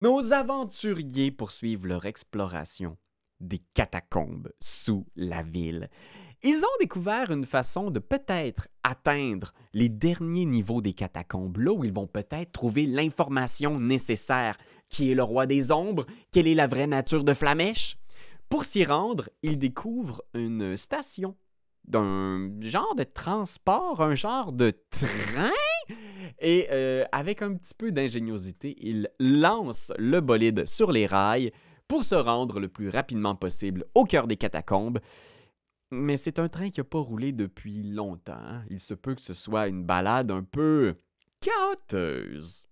Nos aventuriers poursuivent leur exploration des catacombes sous la ville. Ils ont découvert une façon de peut-être atteindre les derniers niveaux des catacombes, là où ils vont peut-être trouver l'information nécessaire. Qui est le roi des ombres? Quelle est la vraie nature de Flamèche? Pour s'y rendre, ils découvrent une station d'un genre de transport, un genre de train et euh, avec un petit peu d'ingéniosité, il lance le bolide sur les rails pour se rendre le plus rapidement possible au cœur des catacombes. Mais c'est un train qui n'a pas roulé depuis longtemps. hein. Il se peut que ce soit une balade un peu chaoteuse.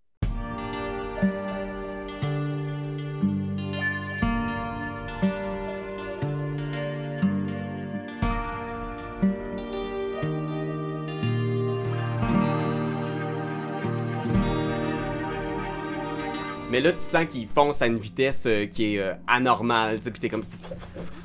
Mais là, tu sens qu'il fonce à une vitesse euh, qui est euh, anormale. tu sais, Puis t'es comme...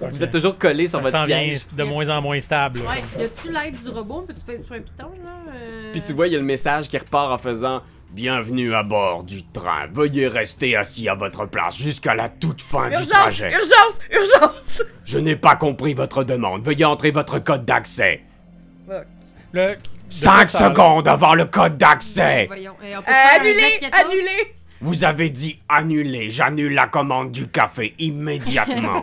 Vous êtes toujours collé sur Ça votre s'en vient siège. de moins en moins stable. là. Ouais, y a-tu l'aide du robot? Peux-tu pèser sur un piton, là? Euh, Puis tu vois, il y a le message qui repart en faisant Bienvenue à bord du train. Veuillez rester assis à votre place jusqu'à la toute fin du Urgence! trajet. Urgence! Urgence! Je n'ai pas compris votre demande. Veuillez entrer votre code d'accès. Le- 5 de ça, là, secondes avant le code d'accès. Voyons. eh, on peut Euh, faire un jet annulé, de 14? annulé. Vous avez dit annuler. J'annule la commande du café immédiatement.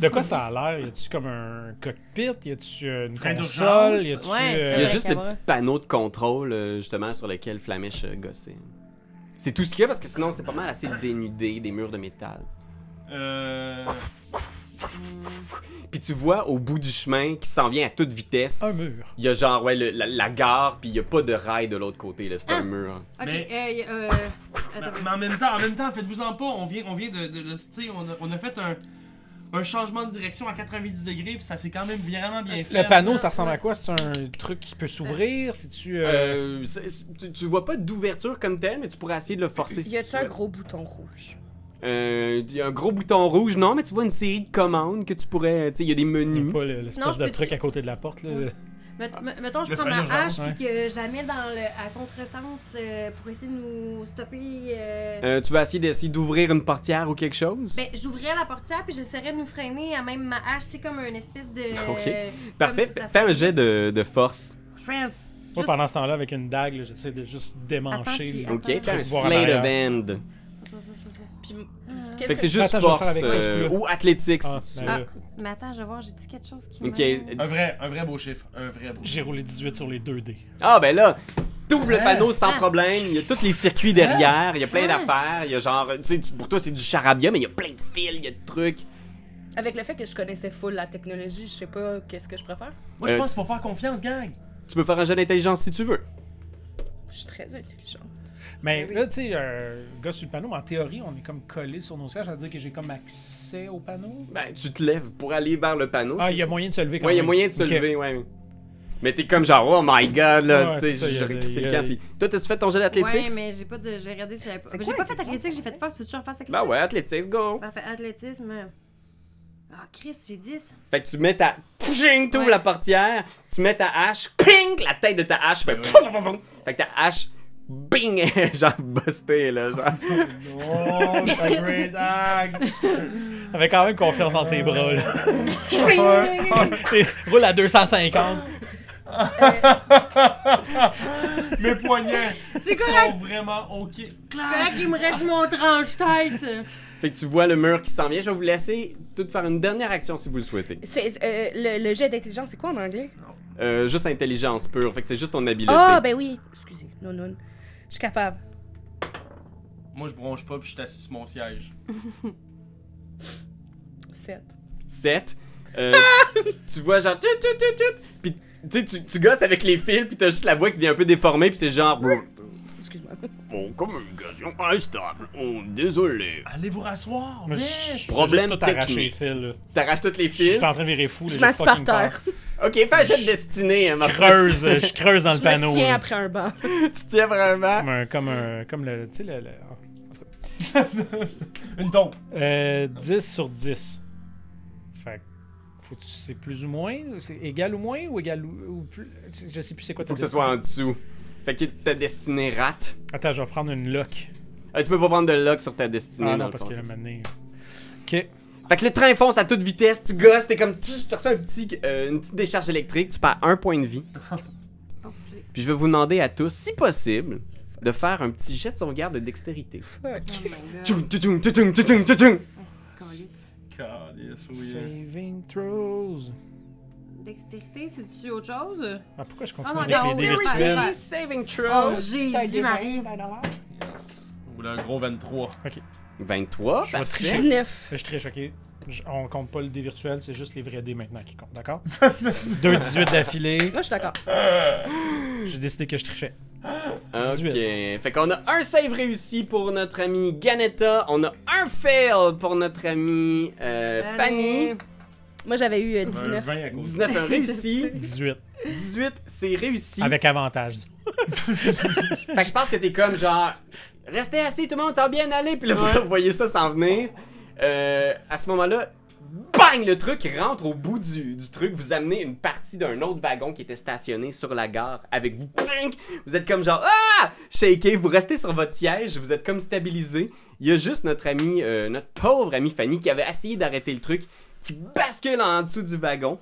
De quoi ça a l'air? Y a-tu comme un cockpit? Y a-tu une Train console? d'urgence? Y a-tu. Ouais, euh, Il y a Ouais, juste ça le va. petit panneau de contrôle, euh, justement, sur lequel Flamèche euh, gossait. C'est tout ce qu'il y a parce que sinon, c'est pas mal assez dénudé des murs de métal. Euh. Puis tu vois au bout du chemin qui s'en vient à toute vitesse. un mur. Il y a genre, ouais, le- la, la gare, puis il y a pas de rail de l'autre côté, là, Ah. c'est un mur. hein. Ok, Mais- euh, y a- euh, Mais, attends. mais en même temps, en même temps, faites-vous-en pas. On vient, on vient de, de, de- tu sais, on a, on a fait un, un changement de direction à 90 degrés, puis ça s'est quand même vraiment bien fait. Le panneau, ça ressemble à quoi? C'est un truc qui peut s'ouvrir? C'est-tu. euh, Euh, c'est- c'est- tu, tu vois pas d'ouverture comme telle, mais tu pourrais essayer de le forcer si Y tu a-tu un souhaites. gros bouton rouge? Euh, Il y a un gros bouton rouge, non, mais tu vois une série de commandes que tu pourrais. Tu sais, il y a des y a menus. Pas le- Sinon, l'espèce je de peux truc dire- à côté de la porte. Là. Met- me- Mettons, je Le prends ma frein hache d'urgence, et que jamais dans le, à contresens euh, pour essayer de nous stopper. euh, Euh, tu vas essayer d'essayer d'ouvrir une portière ou quelque chose. Ben, j'ouvrais la portière puis j'essaierais de nous freiner à même ma hache. C'est comme une espèce de. Ok. euh, Parfait, comme fais ça fais un serait- jet de, de force. Strength. Moi, Juste- pendant ce temps-là, avec une dague, là, j'essaie de juste Attends démancher. qu'il- là. attends. Ok, fais un Faut voir en slate of arrière. end. Puis Euh, Fait que c'est qu'est-ce que juste Attends, je vais force faire avec ça, euh, excuse-moi. ou athlétique. Ah, si tu ben veux. là, Mais attends, je vais voir, j'ai-tu quelque chose qui. Ok. me- Un vrai, un vrai beau chiffre. Un vrai beau J'ai roulé 18 sur les 2D. Ah ben là, t'ouvres le Ah. Hein? panneau sans Hein? problème, il y a tous les circuits derrière, il y a plein Hein? d'affaires, il y a genre, tu sais, tu- pour toi c'est du charabia, mais il y a plein de fils, il y a de trucs. Avec le fait que je connaissais full la technologie, je sais pas qu'est-ce que je préfère. Moi, je Euh, pense qu'il faut faire confiance, gang. Tu peux faire un jeu d'intelligence si tu veux. Je suis très intelligente. Mais Ben oui. là, tu sais, euh, gars sur le panneau, mais en théorie, on est comme collé sur nos sièges, à dire que j'ai comme accès au panneau. Ben, tu te lèves pour aller vers le panneau. Ah, c'est il y a ça? moyen de se lever quand Ouais, il y a même. moyen de se Ok. lever, ouais. ouais. Mais t'es comme genre, oh my god, là, Ouais, tu sais, c'est ça, il y a j'aurais des- pissé il le y a camp. des- si- Toi, t'as-tu fait ton jeu Ouais, d'athlétique? mais j'ai pas de. J'ai regardé si j'avais pas. C'est mais J'ai quoi, pas fait athlétique? athlétique, j'ai fait force. Tu veux toujours faire athlétique? Ben ouais, athlétique, go! Ben, Parfait, athlétisme. Ah, Chris, j'ai 10. Fait que tu mets ta. Pshing, t'ouvres Ouais. la portière, tu mets ta hache, ping, la tête de ta hache fait. pouf, pouf, pouf. Fait que ta hache, bing, genre bustée, là, genre. Oh, c'est un great act. Avait quand même confiance en ses bras, là. Et Roule à 250. Ah. Mes poignets C'est correct! sont vraiment OK. C'est correct, il me reste mon tranche-tête! Fait que tu vois le mur qui s'en vient. Je vais vous laisser tout faire une dernière action si vous le souhaitez. C'est, euh, le, le jet d'intelligence, c'est quoi en anglais? Euh, juste intelligence pure. Fait que c'est juste ton habileté. Ah, ben oui. Excusez, non, non. Je suis capable. Moi, je bronche pas, puis je suis assis sur mon siège. 7. 7. Euh, tu vois genre. Tut, tut, tut, tut. Puis tu sais, tu, tu gosses avec les fils, puis t'as juste la voix qui vient un peu déformée, puis c'est genre. Excuse-moi. Bon, communication instable. Oh, désolé. Allez vous rasseoir. Moi, je- vite. je vais Problème juste tout arracher les technique. fils, là. T'arraches toutes les Je suis fils. en train de virer fou. là, Je j'ai m'assieds par fucking terre. peur. Ok, fais un jet de destinée, hein, Je Marcus. creuse, euh, je creuse dans le je panneau. me tiens là. après un banc. tu tiens vraiment. Comme un, comme un, comme le, tu sais, le, le- Une tombe. Euh, 10 sur 10. Fait que, faut que tu- c'est plus ou moins, ou c'est égal ou moins, ou égal ou, ou plus, je sais plus c'est quoi ta Faut que ce destinée. soit en dessous. Fait que ta destinée rate. Attends, je vais prendre une lock. Ah, tu peux pas prendre de lock sur ta destinée. Ah dans non, le parce fond, qu'il a c'est ça. mené. Ok. Fait que le train fonce à toute vitesse, tu gosses, t'es comme. Tu tu reçois un petit, euh, une petite décharge électrique, tu perds un point de vie. Oh, j'ai- Puis je vais vous demander à tous, si possible, de faire un petit jet de sauvegarde de dextérité. oh my God. Tchoum, tchoum, tchoum, tchoum, tchoum. Ah, c'est calice. Calice, oui. hein. Saving throws. Dextérité, c'est-tu autre chose? Ah, pourquoi je Ah non, continue non, avec les dés c'est vrai. virtuels? Dextérité saving Oh, throw. Jésus, Marie. Yes. Ou un gros 23. 23. Oh. Je vais parfait. tricher. 19. Je suis très choqué. Je- on compte pas le dé virtuel, c'est juste les vrais dés maintenant qui comptent, d'accord? 2 18 d'affilée. Moi, je suis d'accord. J'ai décidé que je trichais. Ok. 18. Fait qu'on a un save réussi pour notre ami Ganetta. On a un fail pour notre ami euh, Fanny. Allez. Moi, j'avais eu euh, Un 19. 20 à cause. 19 un réussi. 18. 18 c'est réussi. Avec avantage. dis- Fait que je pense que t'es comme genre. Restez assis tout le monde, ça va bien aller. Puis là, vous voyez ça s'en venir. Euh, à ce moment-là. Bang! Le truc rentre au bout du, du truc. Vous amenez une partie d'un autre wagon qui était stationné sur la gare avec vous. Pling! Vous êtes comme genre Ah! Shaké, vous restez sur votre siège, vous êtes comme stabilisé. Il y a juste notre ami, euh, notre pauvre ami Fanny qui avait essayé d'arrêter le truc, qui bascule en dessous du wagon.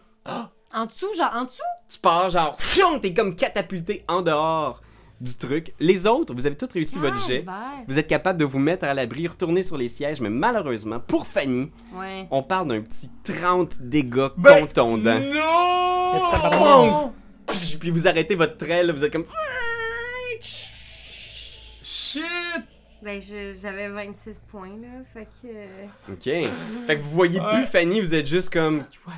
En dessous, genre, en dessous? Tu pars genre, fion, t'es comme catapulté en dehors du truc. Les autres, vous avez tous réussi votre Ah! jet. Calvaire. Vous êtes capable de vous mettre à l'abri, retourner sur les sièges, mais malheureusement, pour Fanny, Ouais. on parle d'un petit 30 dégâts Ben, contondants. Non! Psh, Puis vous arrêtez votre trail, vous êtes comme... Shit! Ben, je- j'avais 26 points, là. Fait que. euh, Ok. Fait que vous voyez Ouais. plus Fanny, vous êtes juste comme... What?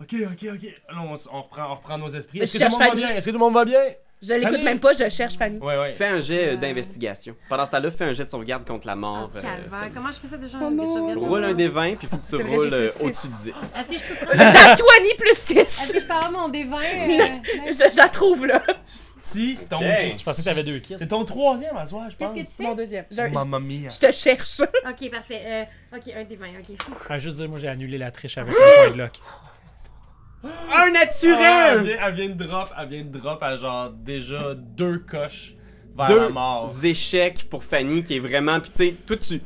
Ok, ok, ok. Là, on, s- on reprend, on reprend nos esprits. Je Est-ce que tout le monde cherche va Fanny. bien? Est-ce que tout le monde va bien? Je l'écoute Fanny. même pas, je le cherche, Fanny. Ouais, ouais. Fais un jet euh, d'investigation. Pendant ce temps-là, fais un jet de sauvegarde contre la ah, mort. euh, calvaire. Fanny. Comment je fais ça déjà? Oh non. Déjà, regarde, Roule un moi. des 20, puis faut que tu C'est vrai, roules j'ai que euh, six. au-dessus de 10. Est-ce que je peux prendre. La 20 plus 6. Est-ce que je peux avoir mon D20? Non. euh, Je, je la trouve, là. Si, c'est ton. Ok. Je pensais que t'avais deux kills. C'est ton troisième à soir, je Qu'est-ce pense. que tu fais? Mon deuxième. Je, je- Mamma mia. je te cherche. Ok, parfait. Euh, ok, un des 20. Ok, fou. Ah, juste dire, moi j'ai annulé la triche avec un point de lock. Un Ah, elle, naturel! vient, elle vient de drop, elle vient de drop à genre déjà deux coches vers la mort. Deux échecs pour Fanny qui est vraiment... Puis tu sais, toi tu...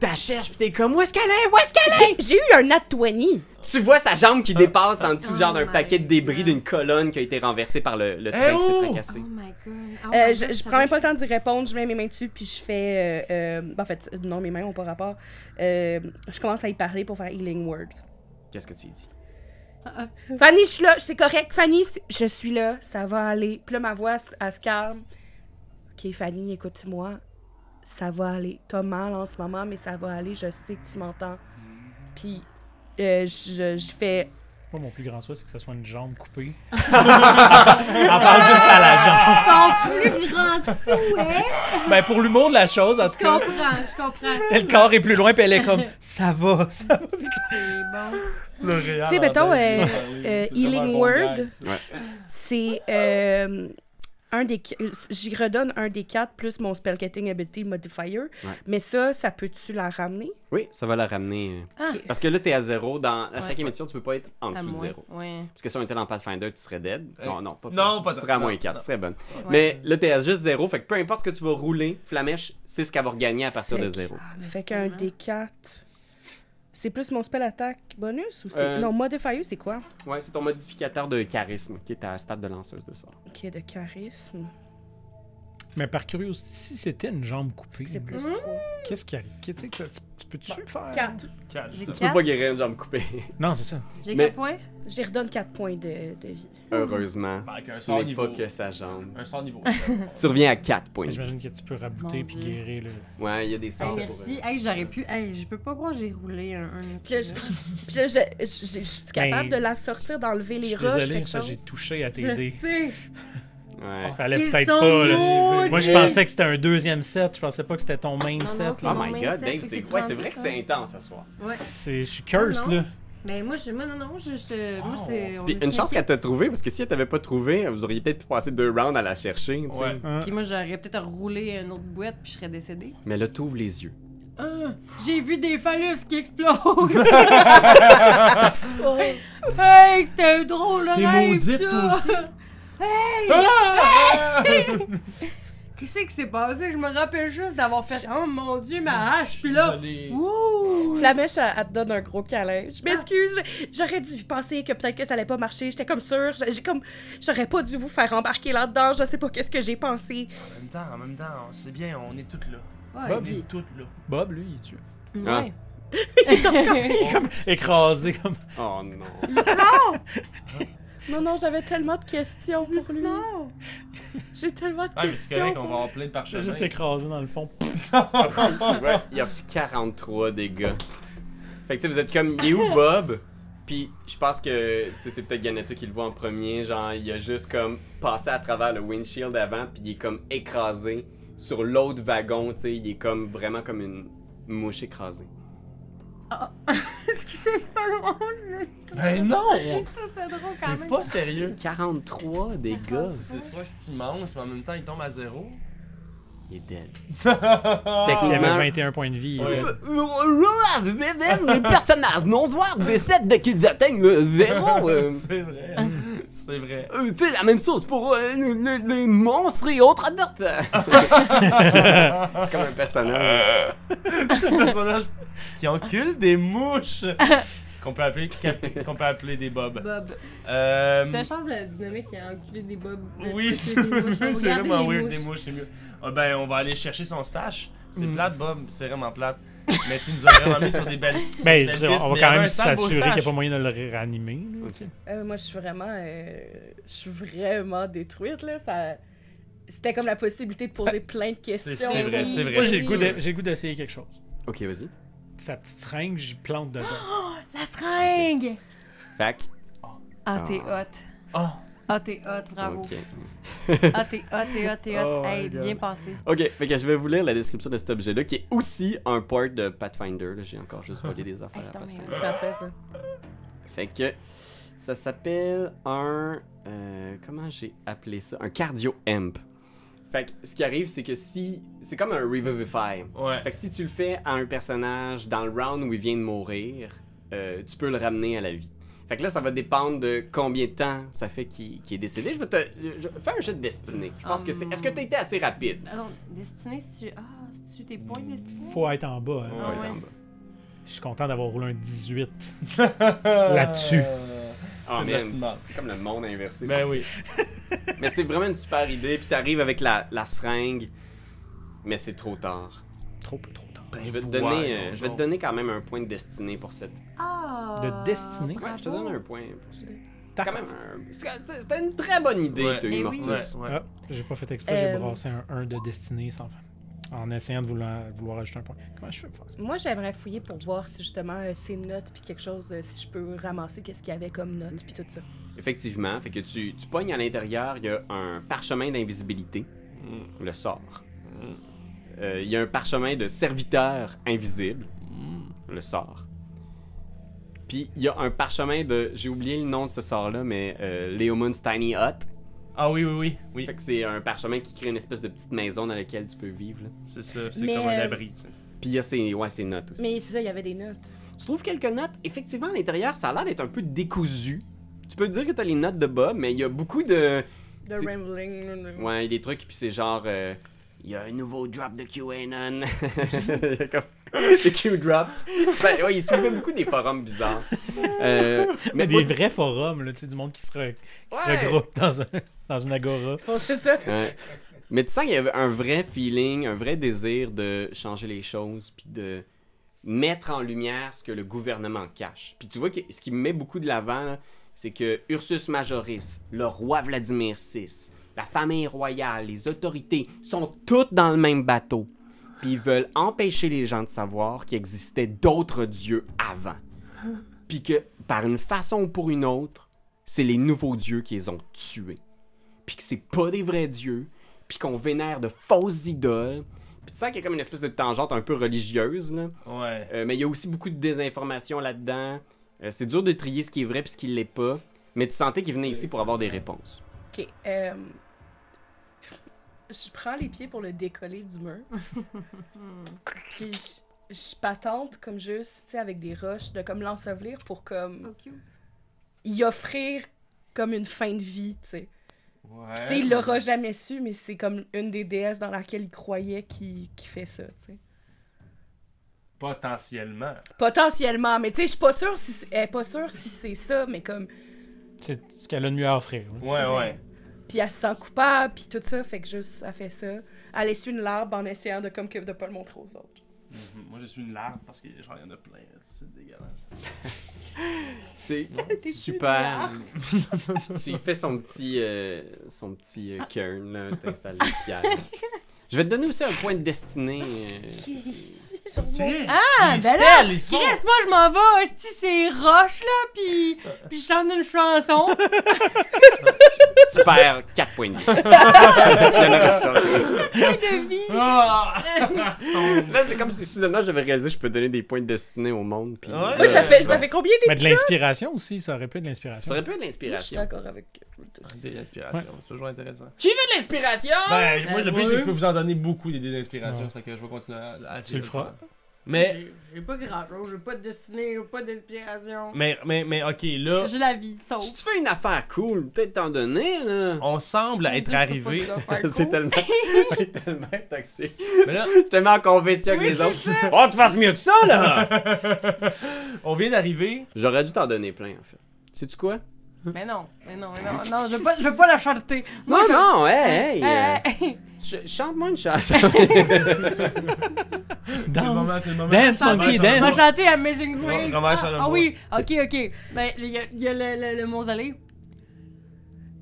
T'as cherche, puis t'es comme, où est-ce qu'elle est? Où est-ce qu'elle est? J'ai- J'ai eu un nat 20. Tu vois sa jambe Ah. qui dépasse en dessous Oh genre d'un my paquet de débris God. d'une colonne qui a été renversée par le, le Eh train qui s'est oh! fracassé. Oh my god. Oh Euh, my je, God, je ça prends même pas va- le temps d'y répondre, je mets mes mains dessus, puis je fais. euh, euh, en fait, non, mes mains n'ont pas rapport. Euh, je commence à y parler pour faire Healing Word. Qu'est-ce que tu lui dis? Mm. Fanny, je suis là, c'est correct. Fanny, c'est- je suis là, ça va aller. Puis là, ma voix, elle, se calme. Ok, Fanny, écoute-moi. Ça va aller. T'as mal en ce moment, mais ça va aller. Je sais que tu m'entends. Mm. Puis, euh, je, je fais. Moi, mon plus grand souhait, c'est que ce soit une jambe coupée. Elle parle juste à la Son plus grand souhait. jambe. Ben, pour l'humour de la chose, en tout Je cas, comprends, je comprends. le corps est plus loin, puis elle est comme ça va, ça va. C'est bon. Tu Tu sais, mettons, euh, euh, Healing Word. C'est euh, un des. qu- euh, J'y redonne un des quatre plus mon Spellcasting Ability Modifier. Mais ça, ça peut-tu la ramener? Oui, ça va la ramener. euh, Ah. Parce que là, t'es à zéro. Dans la Ouais. cinquième édition, tu peux pas être en dessous de zéro. Ouais. Parce que si on était dans Pathfinder, tu serais dead. Euh, Non, non, pas non, pas Tu dead, serais à non, moins 4, non. tu serais bonne. Mais là, t'es à juste zéro. Fait que peu importe ce que tu vas rouler, Flamèche, c'est ce qu'elle va regagner à partir Fait de que- zéro. fait qu'un dé. des quatre. C'est plus mon spell attack bonus ou c'est. Euh, Non, modifier, c'est quoi? Ouais, c'est ton modificateur de charisme qui est ta stade de lanceuse de sort. Qui est de charisme. Mais par curiosité, si c'était une jambe coupée, C'est plus Mhm. 3. qu'est-ce qui arrive? Qu'est-ce que ça- Tu peux-tu faire? 4. J'ai Tu peux quatre. pas guérir une jambe coupée. Non, c'est ça. J'ai Mais- quel point? J'y redonne 4 points de, de vie. Heureusement, Bah, avec un ce sort n'est pas niveau. que sa jambe. Un 100 niveau. Tu reviens à 4 points. de Mais vie. J'imagine que tu peux rabouter Mon puis Dieu. guérir. Là. Ouais, il y a des Hey, sorts. pour, merci. euh, Hey, j'aurais pu. Hey, je peux pas croire j'ai roulé un. un Puis là, je, puis là, je- je- je- je suis capable Ben, de la sortir, d'enlever Je les suis roches, désolé, quelque ça, j'ai chose. touché à tes Je dés. sais. euh, Ouais. Fallait Ils peut-être sont pas, là. maudits. Moi, je pensais que c'était un deuxième set. Je pensais pas que c'était ton main Non, non, set. c'est Oh là. mon my main god, set, Dave, puis c'est c'est ouais, du hein. c'est vrai handicap. que c'est intense ce soir. Ouais. C'est- Je suis cursed, Non, non. là. Mais moi, je. Moi, non, non. Je. je- Moi, Oh. c'est. on Puis est une chance cinq. qu'elle t'a trouvé, parce que si elle t'avait pas trouvé, vous auriez peut-être pu passer deux rounds à la chercher. tu sais. Ouais. Hein? Puis moi, j'aurais peut-être roulé une autre boîte puis je serais décédée. Mais là, t'ouvres les yeux. Ah, j'ai vu des phallus qui explosent. hey, c'était un drôle T'es rêve, maudite, ça. Ah! toi aussi. Hey! Qu'est-ce qui s'est passé? Je me rappelle juste d'avoir fait Oh mon dieu, ma Ah, Je hache, suis puis là. désolé. Wouh! Flamèche, elle, elle te donne un gros câlin. Je m'excuse, je- j'aurais dû penser que peut-être que ça allait pas marcher. J'étais comme sûre, j'ai j'ai comme... J'aurais pas dû vous faire embarquer là-dedans, je sais pas qu'est-ce que j'ai pensé. En même temps, en même temps, on sait bien, on est toutes là. Ouais, On Bob, est toutes là. Bob, lui, il est tué. Ah. Ouais. Écrasé comme. Oh non. Non, non, j'avais tellement de questions pour lui. J'ai tellement de Ah, mais c'est questions correct, on pour va avoir plein de J'ai parchemins. juste écrasé dans le fond. Ah, Tu vois, il a reçu 43 dégâts. Fait que tu sais, vous êtes comme, il est où Bob? Puis je pense que tu sais, c'est peut-être Ganeta qui le voit en premier. Genre, il a juste comme passé à travers le windshield avant, puis il est comme écrasé sur l'autre wagon. Tu sais, il est comme vraiment comme une mouche écrasée. Excusez, c'est pas drôle, mais je trouve, Ben non! je trouve ça drôle quand T'es même. pas sérieux? 43 dégâts. C'est sûr que c'est immense, mais en même temps, il tombe à zéro. Il est dead. Euh, Il Techniquement- avait 21 points de vie. Ouais. là. euh, les personnages non noirs décèdent dès qu'ils atteignent le zéro. euh. C'est vrai. Ah. C'est vrai. c'est la même chose pour euh, les monstres et autres adeptes. c'est comme un personnage. Un personnage qui encule des mouches. Qu'on peut appeler, cap- qu'on peut appeler des bobs. Bob. Euh, C'est la chance de la dynamique qui a enculé des bobs. oui, c'est c'est vraiment weird, des mouches, c'est mieux. Ah ben, on va aller chercher son stache. C'est Mm. plate, Bob, c'est vraiment plate. Mais tu nous as vraiment mis sur des belles Ben, belles je veux dire, pistes, on va mais il y quand avait même un sale beau s'assurer qu'il n'y a stache. pas moyen de le réanimer. là. Euh, moi, je suis vraiment, euh, je suis vraiment détruite là. Ça, c'était comme la possibilité de poser plein de questions. C'est c'est vrai, c'est vrai. Moi, j'ai le c'est goût sûr. de- j'ai le goût d'essayer quelque chose. Ok, vas-y. Sa petite seringue, j'y plante dedans. La seringue! Fac. Ah, t'es Ah. hot. Ah. Ah, t'es hot, bravo. Ok. Ah, t'es hot, t'es hot, t'es hot. Oh my hey, God. bien passé. Ok, fait que je vais vous lire la description de cet objet-là, qui est aussi un port de Pathfinder. là. J'ai encore juste volé des affaires. Hey, c'est à tombé Pathfinder. hot. Parfait ça. Fait que ça s'appelle un. euh, comment j'ai appelé ça Un cardio amp. Fait que ce qui arrive, c'est que si. C'est comme un revivify. Ouais. Fait que si tu le fais à un personnage dans le round où il vient de mourir, euh, tu peux le ramener à la vie. Fait que là, ça va dépendre de combien de temps ça fait qu'il qu'il est décédé. Je vais te je- fais un jeu de destinée. Je pense que c'est. Est-ce que t'as été assez rapide Ah non, destinée, si tu. Ah, si tu tes points destinée? Faut être en bas. hein. Faut Ah être ouais. en bas. Je suis content d'avoir roulé un 18. Là-dessus. Ah, C'est man, l'estimable. c'est comme le monde inversé. Euh, Ben oui. Mais c'était vraiment une super idée. Puis t'arrives avec la, la seringue, mais c'est trop tard. Trop peu, trop tard. je vais te donner, euh, je vais te donner quand même un point de destinée pour cette. Ah! De destinée. Ouais, je te bravo. donne un point pour ça. C'est D'accord. quand même un- c'est- c'est- C'était une très bonne idée, Ouais. que t'as eu, Eh oui. Mortus. Ouais, ouais. Ah, j'ai pas fait exprès, j'ai Euh, brassé un 1 de destinée sans en essayant de vouloir, vouloir ajouter un point. Comment je fais pour faire ça? Moi, j'aimerais fouiller pour voir si justement euh, ces notes puis quelque chose, euh, si je peux ramasser qu'est-ce qu'il y avait comme notes puis tout ça. Effectivement, fait que tu, tu pognes à l'intérieur, il y a un parchemin d'invisibilité, le sort. Euh, Il y a un parchemin de serviteur invisible, le sort. Puis il y a un parchemin de, j'ai oublié le nom de ce sort-là, mais euh, Leomund's Tiny Hut. Ah oui, oui, oui. oui. Fait que c'est un parchemin qui crée une espèce de petite maison dans laquelle tu peux vivre. là. C'est ça, c'est Mais, comme un euh, abri, tu sais. Puis il y a ses, ouais, ses notes aussi. Mais c'est ça, il y avait des notes. Tu trouves quelques notes. Effectivement, à l'intérieur, ça a l'air d'être un peu décousu. Tu peux dire que t'as les notes de Bob, mais il y a beaucoup de... De C'est- rambling. Ouais, des trucs, puis c'est genre... euh, Il y a un nouveau drop de QAnon. Il y a comme... Des Q-drops. Ben, ouais, il suivait beaucoup des forums bizarres. Euh, Mais moi- des vrais forums, là, tu sais, du monde qui se, re- qui se Ouais. regroupe dans, un, dans une agora. Faut- C'est ça. Ouais. Mais tu sens qu'il y avait un vrai feeling, un vrai désir de changer les choses, puis de mettre en lumière ce que le gouvernement cache. Puis tu vois que ce qui me met beaucoup de l'avant, là, c'est que Ursus Majoris, le roi Vladimir VI, la famille royale, les autorités sont toutes dans le même bateau. Puis ils veulent empêcher les gens de savoir qu'il existait d'autres dieux avant. Puis que par une façon ou pour une autre, c'est les nouveaux dieux qui les ont tués puis que c'est pas des vrais dieux, puis qu'on vénère de fausses idoles. Puis tu sens qu'il y a comme une espèce de tangente un peu religieuse, là. Ouais. Euh, mais il y a aussi beaucoup de désinformation là-dedans. Euh, c'est dur de trier ce qui est vrai puis ce qui l'est pas. Mais tu sentais qu'il venait ici pour avoir des réponses. Ok. euh, Je prends les pieds pour le décoller du mur. Puis je, je patente comme juste, tu sais, avec des roches, de comme l'ensevelir pour comme Oh, cute. y offrir comme une fin de vie, tu sais. Ouais. Puis, tu sais, il l'aura jamais su, mais c'est comme une des déesses dans laquelle il croyait qui, qui fait ça, tu sais. Potentiellement. Potentiellement, mais tu sais, je suis pas sûre si c'est- elle est pas sûre si c'est ça, mais comme C'est ce qu'elle a de mieux à offrir. hein. Ouais, ouais. puis elle se sent coupable, puis tout ça, fait que juste elle fait ça. Elle essuie une larbe en essayant de comme que de pas le montrer aux autres. Mhm. Moi, je suis une larve parce que genre, il y en a plein. C'est dégueulasse. C'est T'es super. tu lui fais son petit, euh, son petit euh, cairn, là, t'installes les pierres. Je vais te donner aussi un point de destinée. euh, ah, ben là, Chris, moi je m'en vais, esti, c'est roche là, puis puis je chante une chanson. tu perds 4 points de vie. Non, non, non, je pense que- Point de vie. Ah! Là, c'est comme si soudainement j'avais réalisé que je peux donner des points de destinée au monde. Puis, Ouais. euh, Oui, ça fait, ça fait combien Mais de d'épisodes? l'inspiration aussi, ça aurait pu être de Ça l'inspiration. aurait pu être de Je suis l'inspiration. d'accord avec. Des inspirations, c'est toujours intéressant. Tu veux de l'inspiration? Ben, moi, le Euh, plus, c'est que ouais. je peux vous en donner beaucoup des dés d'inspiration, Ouais. ça fait que je vais continuer à, à Tu le feras. Mais, J'ai- J'ai pas grand chose, j'ai pas de destinée, j'ai pas d'inspiration. mais, mais, mais, ok, là, J'ai la vie, sauf. Si tu fais une affaire cool, peut-être t'en donner, là. on semble être arrivé. C'est tellement, c'est tellement taxé. mais là, Je suis tellement convaincu avec les autres. Oh, tu fasses mieux que ça, là! on vient d'arriver. J'aurais dû t'en donner plein, en fait. Sais-tu quoi? Mais non, mais non, mais non, non, je veux pas, je veux pas la chanter. Eh, Non, non, hey, hey! Hein? Hey, euh, hey. ch- Chante-moi une chanson. C'est le moment, Danse. c'est le moment. Dance, monkey, Romain On va dance. chanter Amazing Grace. Ro- Romain Charlebois. ah oui, ok, ok. Ben, il y a, il y a le, le, le mausolée.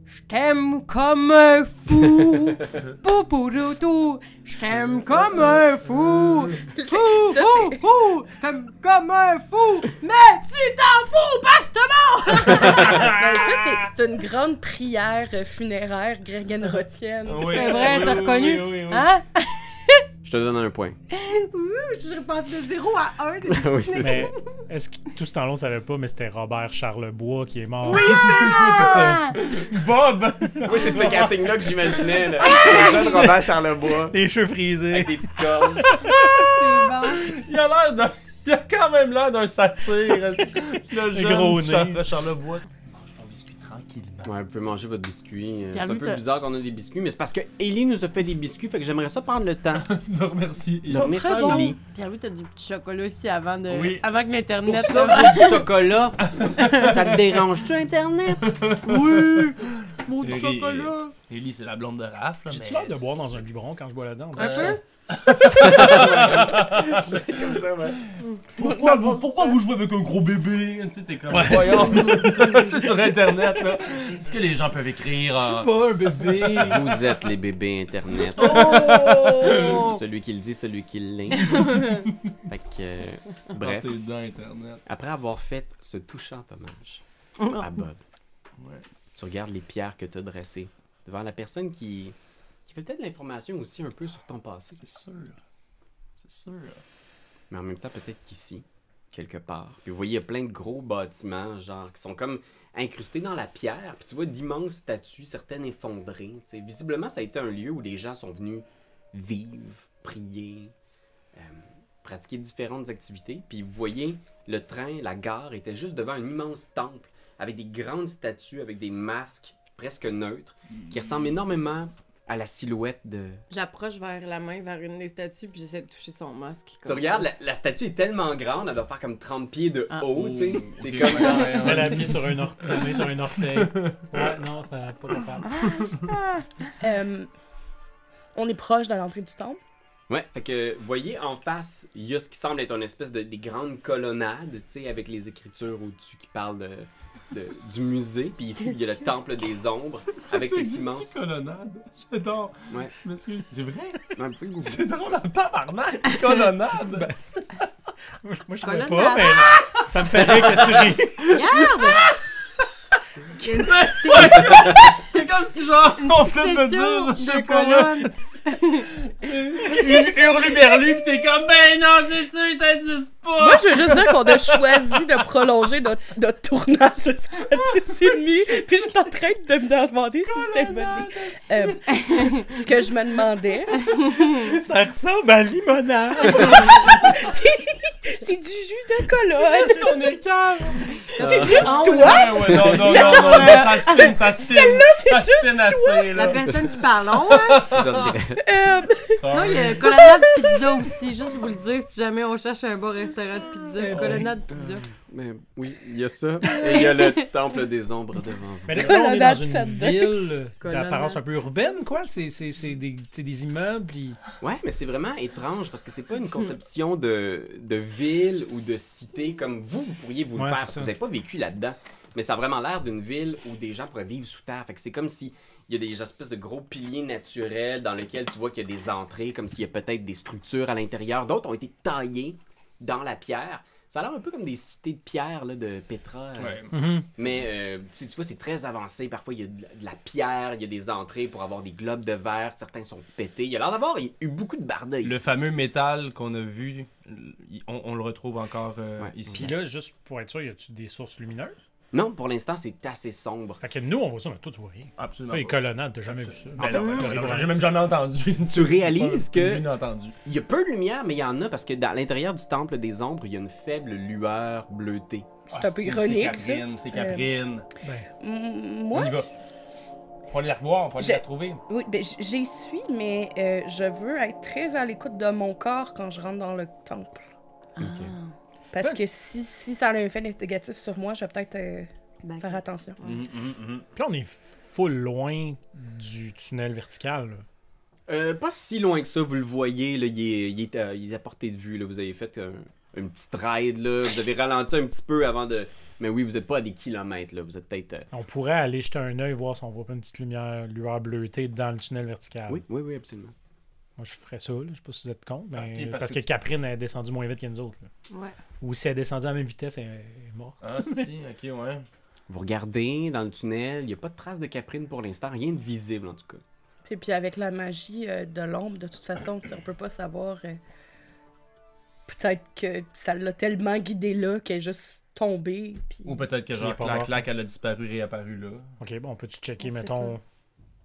Je t'aime comme un fou. Poupouroutou. Je t'aime comme un fou. Fou, ça, fou, c'est- fou. Je t'aime comme un fou. Mais tu t'en fous, parce que Ben, ça, c'est- c'est une grande prière euh, funéraire grégoriotienne. Oui, C'est vrai, oui, c'est oui, reconnu. oui, oui, oui. Hein? Je te donne un point. Je repasse de 0 à 1. oui, c'est ça. Mais est-ce que tout ce temps-là, on savait pas, mais c'était Robert Charlebois qui est mort. Bob! Oui, c'est ce casting-là que j'imaginais, là. Le jeune Robert Charlebois. Les cheveux frisés. Avec Ah! des petites cornes. C'est bon. Il a l'air d'un. Il a quand même l'air d'un satire. C'est c'est le jeune gros Char- nez. Charlebois. Mange ton biscuit tranquillement. Ouais, vous pouvez manger votre biscuit. euh, C'est un Calme-toi. peu bizarre qu'on a des biscuits, mais c'est parce que Ellie nous a fait des biscuits, fait que j'aimerais ça prendre le temps. Non, merci. Ils sont Dormir très tranquille. bons. Pierre-Louis, t'as du petit chocolat aussi avant, de... Oui. avant que l'Internet... Ça, veut du chocolat. Ça te dérange-tu, Internet? oui! Mon Éric. chocolat! Ellie, c'est la blonde de Raph, là. J'ai-tu l'air de boire dans un biberon quand je bois là-dedans? Un peu? Comme ça, ouais. Pourquoi, vous, pourquoi vous jouez avec un gros bébé? Tu sais, t'es comme. Voyons. tu sais, sur Internet, là. Est-ce que les gens peuvent écrire. euh, Pas un bébé. Ah. Vous êtes les bébés Internet. Oh! Celui qui le dit, celui qui l'est. fait que, euh, bref, quand t'es dans Internet. après avoir fait ce touchant hommage Oh. à Bob, Ouais. tu regardes les pierres que t'as dressées devant la personne qui, qui fait peut-être de l'information aussi un peu sur ton passé. C'est sûr. C'est sûr. Mais en même temps, peut-être qu'ici, quelque part. Puis vous voyez, il y a plein de gros bâtiments, genre, qui sont comme incrustés dans la pierre. Puis tu vois d'immenses statues, certaines effondrées. tu sais. Visiblement, ça a été un lieu où les gens sont venus vivre, prier, euh, pratiquer différentes activités. Puis vous voyez, le train, la gare était juste devant un immense temple avec des grandes statues, avec des masques presque neutres, qui ressemblent énormément à la silhouette de, J'approche vers la main, vers une des statues, puis j'essaie de toucher son masque. tu regardes, la, la statue est tellement grande, elle doit faire comme 30 pieds de Ah. haut, Oh, tu sais. T'es Ok, comme... euh, ouais, ouais, ouais. Elle a mis sur un, or... la main sur un orteil. Ouais, non, ça n'a pas capable. Euh, on est proche de l'entrée du temple. Ouais, fait que, voyez, en face, il y a ce qui semble être une espèce de des grandes colonnades, tu sais, avec les écritures au-dessus qui parlent de, de- du musée. Puis ici, il y a le temple des ombres, avec Ça ses existe-tu, immenses... colonnade. J'adore. Ouais. Je m'excuse, c'est vrai. Non, vous pouvez le googler. C'est drôle en tabarnak. Colonnade. Moi, je- moi, je trouvais pas, Colonnade. mais ça me fait rire que tu ris. C'est comme si genre on vient de Succession me dire, je sais de pas là. colonnes. Une hurluberlu pis t'es comme ben non c'est sûr ça existe pas. Moi, je veux juste dire qu'on a choisi de prolonger notre, notre tournage jusqu'à Oh, 10h30. Puis je suis en train de me demander si c'était une bonne idée. Euh, ce que je me demandais, Ça ressemble à limonade. c'est du jus de colonne. on est calme. C'est juste Ah, ouais, toi? Ouais, ouais, non, non, non, non, non, ça spin, ça spin. Celle-là, c'est ça spin juste assez, La là. personne qui parle long, hein? Je regrette. Euh, Sinon, Sorry. il y a Colonnade Pizza aussi. Juste vous le dire, si jamais on cherche un bon restaurant de pizza, bon. Colonnade Pizza. Mais oui, il y a ça. Et il y a le temple des ombres devant vous. Mais là, là, on est dans Colonnade une Sainte-Denis. ville Colonnade. d'apparence un peu urbaine, quoi. C'est c'est- c'est des, c'est des immeubles. puis- Ouais, mais c'est vraiment étrange parce que c'est pas une conception de, de ville ou de cité comme vous, vous pourriez vous le Ouais, faire. c'est parce que ça. Vous n'avez pas vécu là-dedans. Mais ça a vraiment l'air d'une ville où des gens pourraient vivre sous terre. Fait que c'est comme si il y a des espèces de gros piliers naturels dans lesquels tu vois qu'il y a des entrées, comme s'il y a peut-être des structures à l'intérieur. D'autres ont été taillées dans la pierre. Ça a l'air un peu comme des cités de pierre là, de Petra. euh, Ouais. Mhm. mais euh, tu, tu vois, c'est très avancé. Parfois, il y a de la, de la pierre, il y a des entrées pour avoir des globes de verre. Certains sont pétés. Il y a l'air d'avoir eu beaucoup de barda ici. Le fameux métal qu'on a vu, il- on, on le retrouve encore euh, Ouais. ici. Puis là, juste pour être sûr, y a-tu des sources lumineuses? Non, pour l'instant, c'est assez sombre. Fait que nous, on voit ça, mais toi, tu vois rien. Absolument. Toi, les pas. colonnades, t'as jamais vu ça. Ben non, fait, ben non, euh, j'en ai même jamais entendu. Tu réalises Pas que une entendue. il y a peu de lumière, mais il y en a parce que dans l'intérieur du temple des ombres, il y a une faible lueur bleutée. un peu ironique, Ah, C'est Caprine, c'est Caprine. Ben, m- On moi, y va. Faut aller la revoir, faut aller Je- la trouver. oui, ben, j- j'y suis, mais euh, je veux être très à l'écoute de mon corps quand je rentre dans le temple. Parce Ah, Ouais. que si, si ça a un effet négatif sur moi, je vais peut-être euh, Ben, faire attention. Mhm, mhm, mhm. puis là, on est full loin du tunnel vertical. là. Euh, pas si loin que ça, vous le voyez, là, il, est, il, est à, il est à portée de vue. Là. Vous avez fait un, une petite ride, là. vous avez ralenti un petit peu avant de... Mais oui, vous n'êtes pas à des kilomètres, là. vous êtes peut-être... euh, On pourrait aller jeter un œil, voir si on voit pas une petite lumière, lueur bleutée dans le tunnel vertical. Ah Oui, oui, oui, absolument. Moi, je ferais ça, là. je sais pas si vous êtes contre, mais Ok, parce, parce que, que tu- Caprine est descendue moins vite que nous autres. là. Ouais. Ou si elle est descendue à la même vitesse, elle est morte. Ah, si, ok, ouais. Vous regardez dans le tunnel, il n'y a pas de trace de Caprine pour l'instant, rien de visible en tout cas. Puis, puis avec la magie euh, de l'ombre, de toute façon, tu sais, on peut pas savoir. euh, peut-être que ça l'a tellement guidé là qu'elle est juste tombée. Puis... Ou ben, peut-être que genre, pas clac, mort. clac, elle a disparu, réapparu là. Ok, bon, on peut-tu checker, On sait mettons.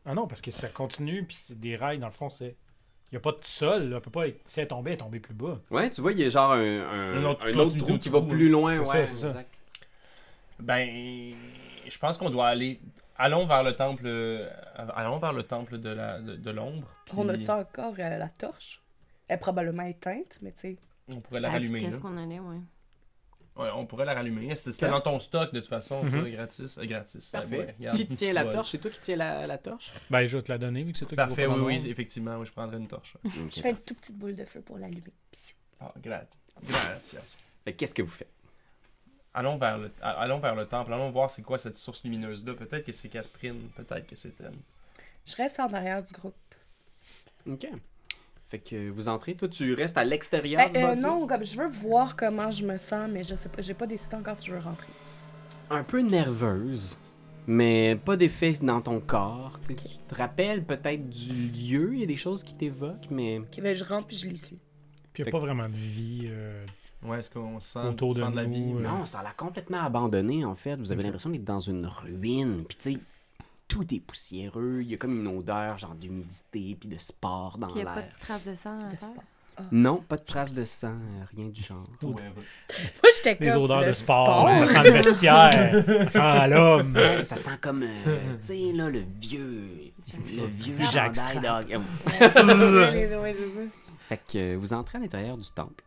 Ah non, parce que ça continue, puis c'est des rails, dans le fond, c'est. Il n'y a pas de sol, là. Elle peut pas être... Si elle est tombée, elle est tombée plus bas. Ouais, tu vois, il y a genre un, un- Un autre- un autre continue trou d'autres qui va trous, plus loin. c'est ça, ouais, c'est ça. exact. Ben, je pense qu'on doit aller. Allons vers le temple. euh, Allons vers le temple de la de, de l'ombre. puis On a-tu encore euh, la torche? Elle est probablement éteinte, mais tu sais. on pourrait la La rallumer. vitesse là. Ah, qu'on allait, ouais. Ouais, on pourrait la rallumer. C'était c'était Quand- dans ton stock de toute façon, Mhm. toi, gratis, euh, gratis. Ah, ouais, Parfait. regarde, qui tient la tu vois. torche? C'est toi qui tiens la, la torche? Ben, je vais te la donner, vu que c'est toi qui Parfait, vois pas oui, dans le oui, monde. effectivement, oui, je prendrais une torche. Je fais une toute petite boule de feu pour l'allumer. Pfiou. Ah, gra- gracias. Fait que qu'est-ce que vous faites? Allons vers, le, a- allons vers le temple, allons voir c'est quoi cette source lumineuse-là. Peut-être que c'est Catherine, peut-être que c'est elle. Je reste en arrière du groupe. OK. Fait que vous entrez, toi, tu restes à l'extérieur Ben, du euh, bâtiment? non, comme je veux voir comment je me sens, mais je sais pas, j'ai pas décidé encore si je veux rentrer. Un peu nerveuse, mais pas d'effet dans ton corps. tu sais. Tu te rappelles peut-être du lieu, il y a des choses qui t'évoquent, mais... Ok, ben, je rentre puis je les suis. Puis il n'y a pas vraiment de vie. euh, Ouais, est-ce qu'on sent, Autour on de sent de la nous, vie? euh, mais- Non, ça l'a complètement abandonné, en fait. Vous avez l'impression d'être dans une ruine. Puis, tu sais, tout est poussiéreux. Il y a comme une odeur, genre d'humidité, puis de sport dans Puis il n'y a pas de ah. l'air. trace de sang à De terre. sport. Non, pas de traces de sang, rien du genre. Ouais, ouais. Moi, j'étais comme. Des odeurs le de sport. là, Ça sent le vestiaire. ça sent l'homme. Ça sent comme, euh, tu sais, là, le vieux. Le vieux Le Jack chandail Strap. d'hockey. Ouais, ouais, c'est ça. Fait que euh, vous entrez à l'intérieur du temple.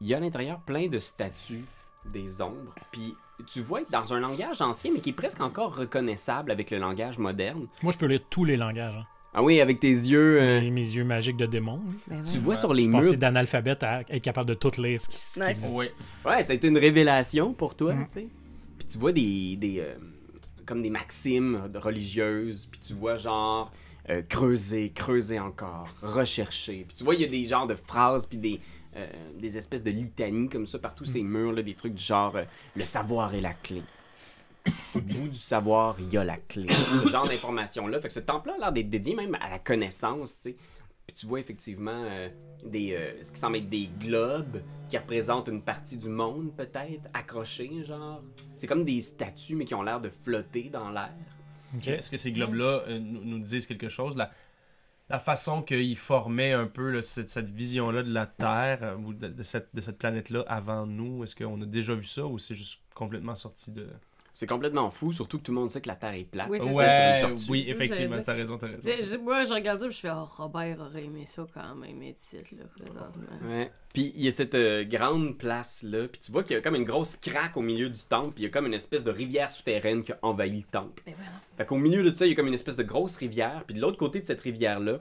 Il y a à l'intérieur plein de statues, des ombres, puis tu vois être dans un langage ancien, mais qui est presque encore reconnaissable avec le langage moderne. Moi, je peux lire tous les langages. hein. Ah oui, avec tes yeux. euh, Et mes yeux magiques de démon. là. Ben ouais. Tu vois sur les Je murs. pensais d'analphabète à être capable de tout lire ce qui se Nice. passe. Ouais. Ouais, ça a été une révélation pour toi, Mm. tu sais. Puis tu vois des. des euh, comme des maximes religieuses, puis tu vois genre. euh, creuser, creuser encore, rechercher. Puis tu vois, il y a des genres de phrases, puis des, euh, des espèces de litanies comme ça partout ces murs, là, des trucs du genre euh, le savoir est la clé. Au bout du savoir, il y a la clé. ce genre d'informations-là. Fait que ce temple-là a l'air d'être dédié même à la connaissance, tu sais. Puis tu vois effectivement euh, des, euh, ce qui semble être des globes qui représentent une partie du monde, peut-être, accrochés, genre. C'est comme des statues, mais qui ont l'air de flotter dans l'air. Ok. Est-ce que ces globes-là euh, nous, nous disent quelque chose? La, la façon qu'il formait un peu là, cette, cette vision-là de la Terre euh, ou de, de cette, de cette planète-là avant nous. Est-ce qu'on a déjà vu ça ou c'est juste complètement sorti de. C'est complètement fou, surtout que tout le monde sait que la Terre est plate. Oui, c'est ça, Ouais, sur une tortue. oui, C'est ça, effectivement, j'allais t'as raison, t'as raison. J'ai- j'ai- Moi, je regarde ça, puis je fais, oh, Robert aurait aimé ça quand même, et titre, là, présentement. Ouais. Puis il y a cette euh, grande place là, puis tu vois qu'il y a comme une grosse craque au milieu du temple, puis il y a comme une espèce de rivière souterraine qui a envahi le temple. Ben voilà. Fait qu'au milieu de ça, il y a comme une espèce de grosse rivière, puis de l'autre côté de cette rivière là,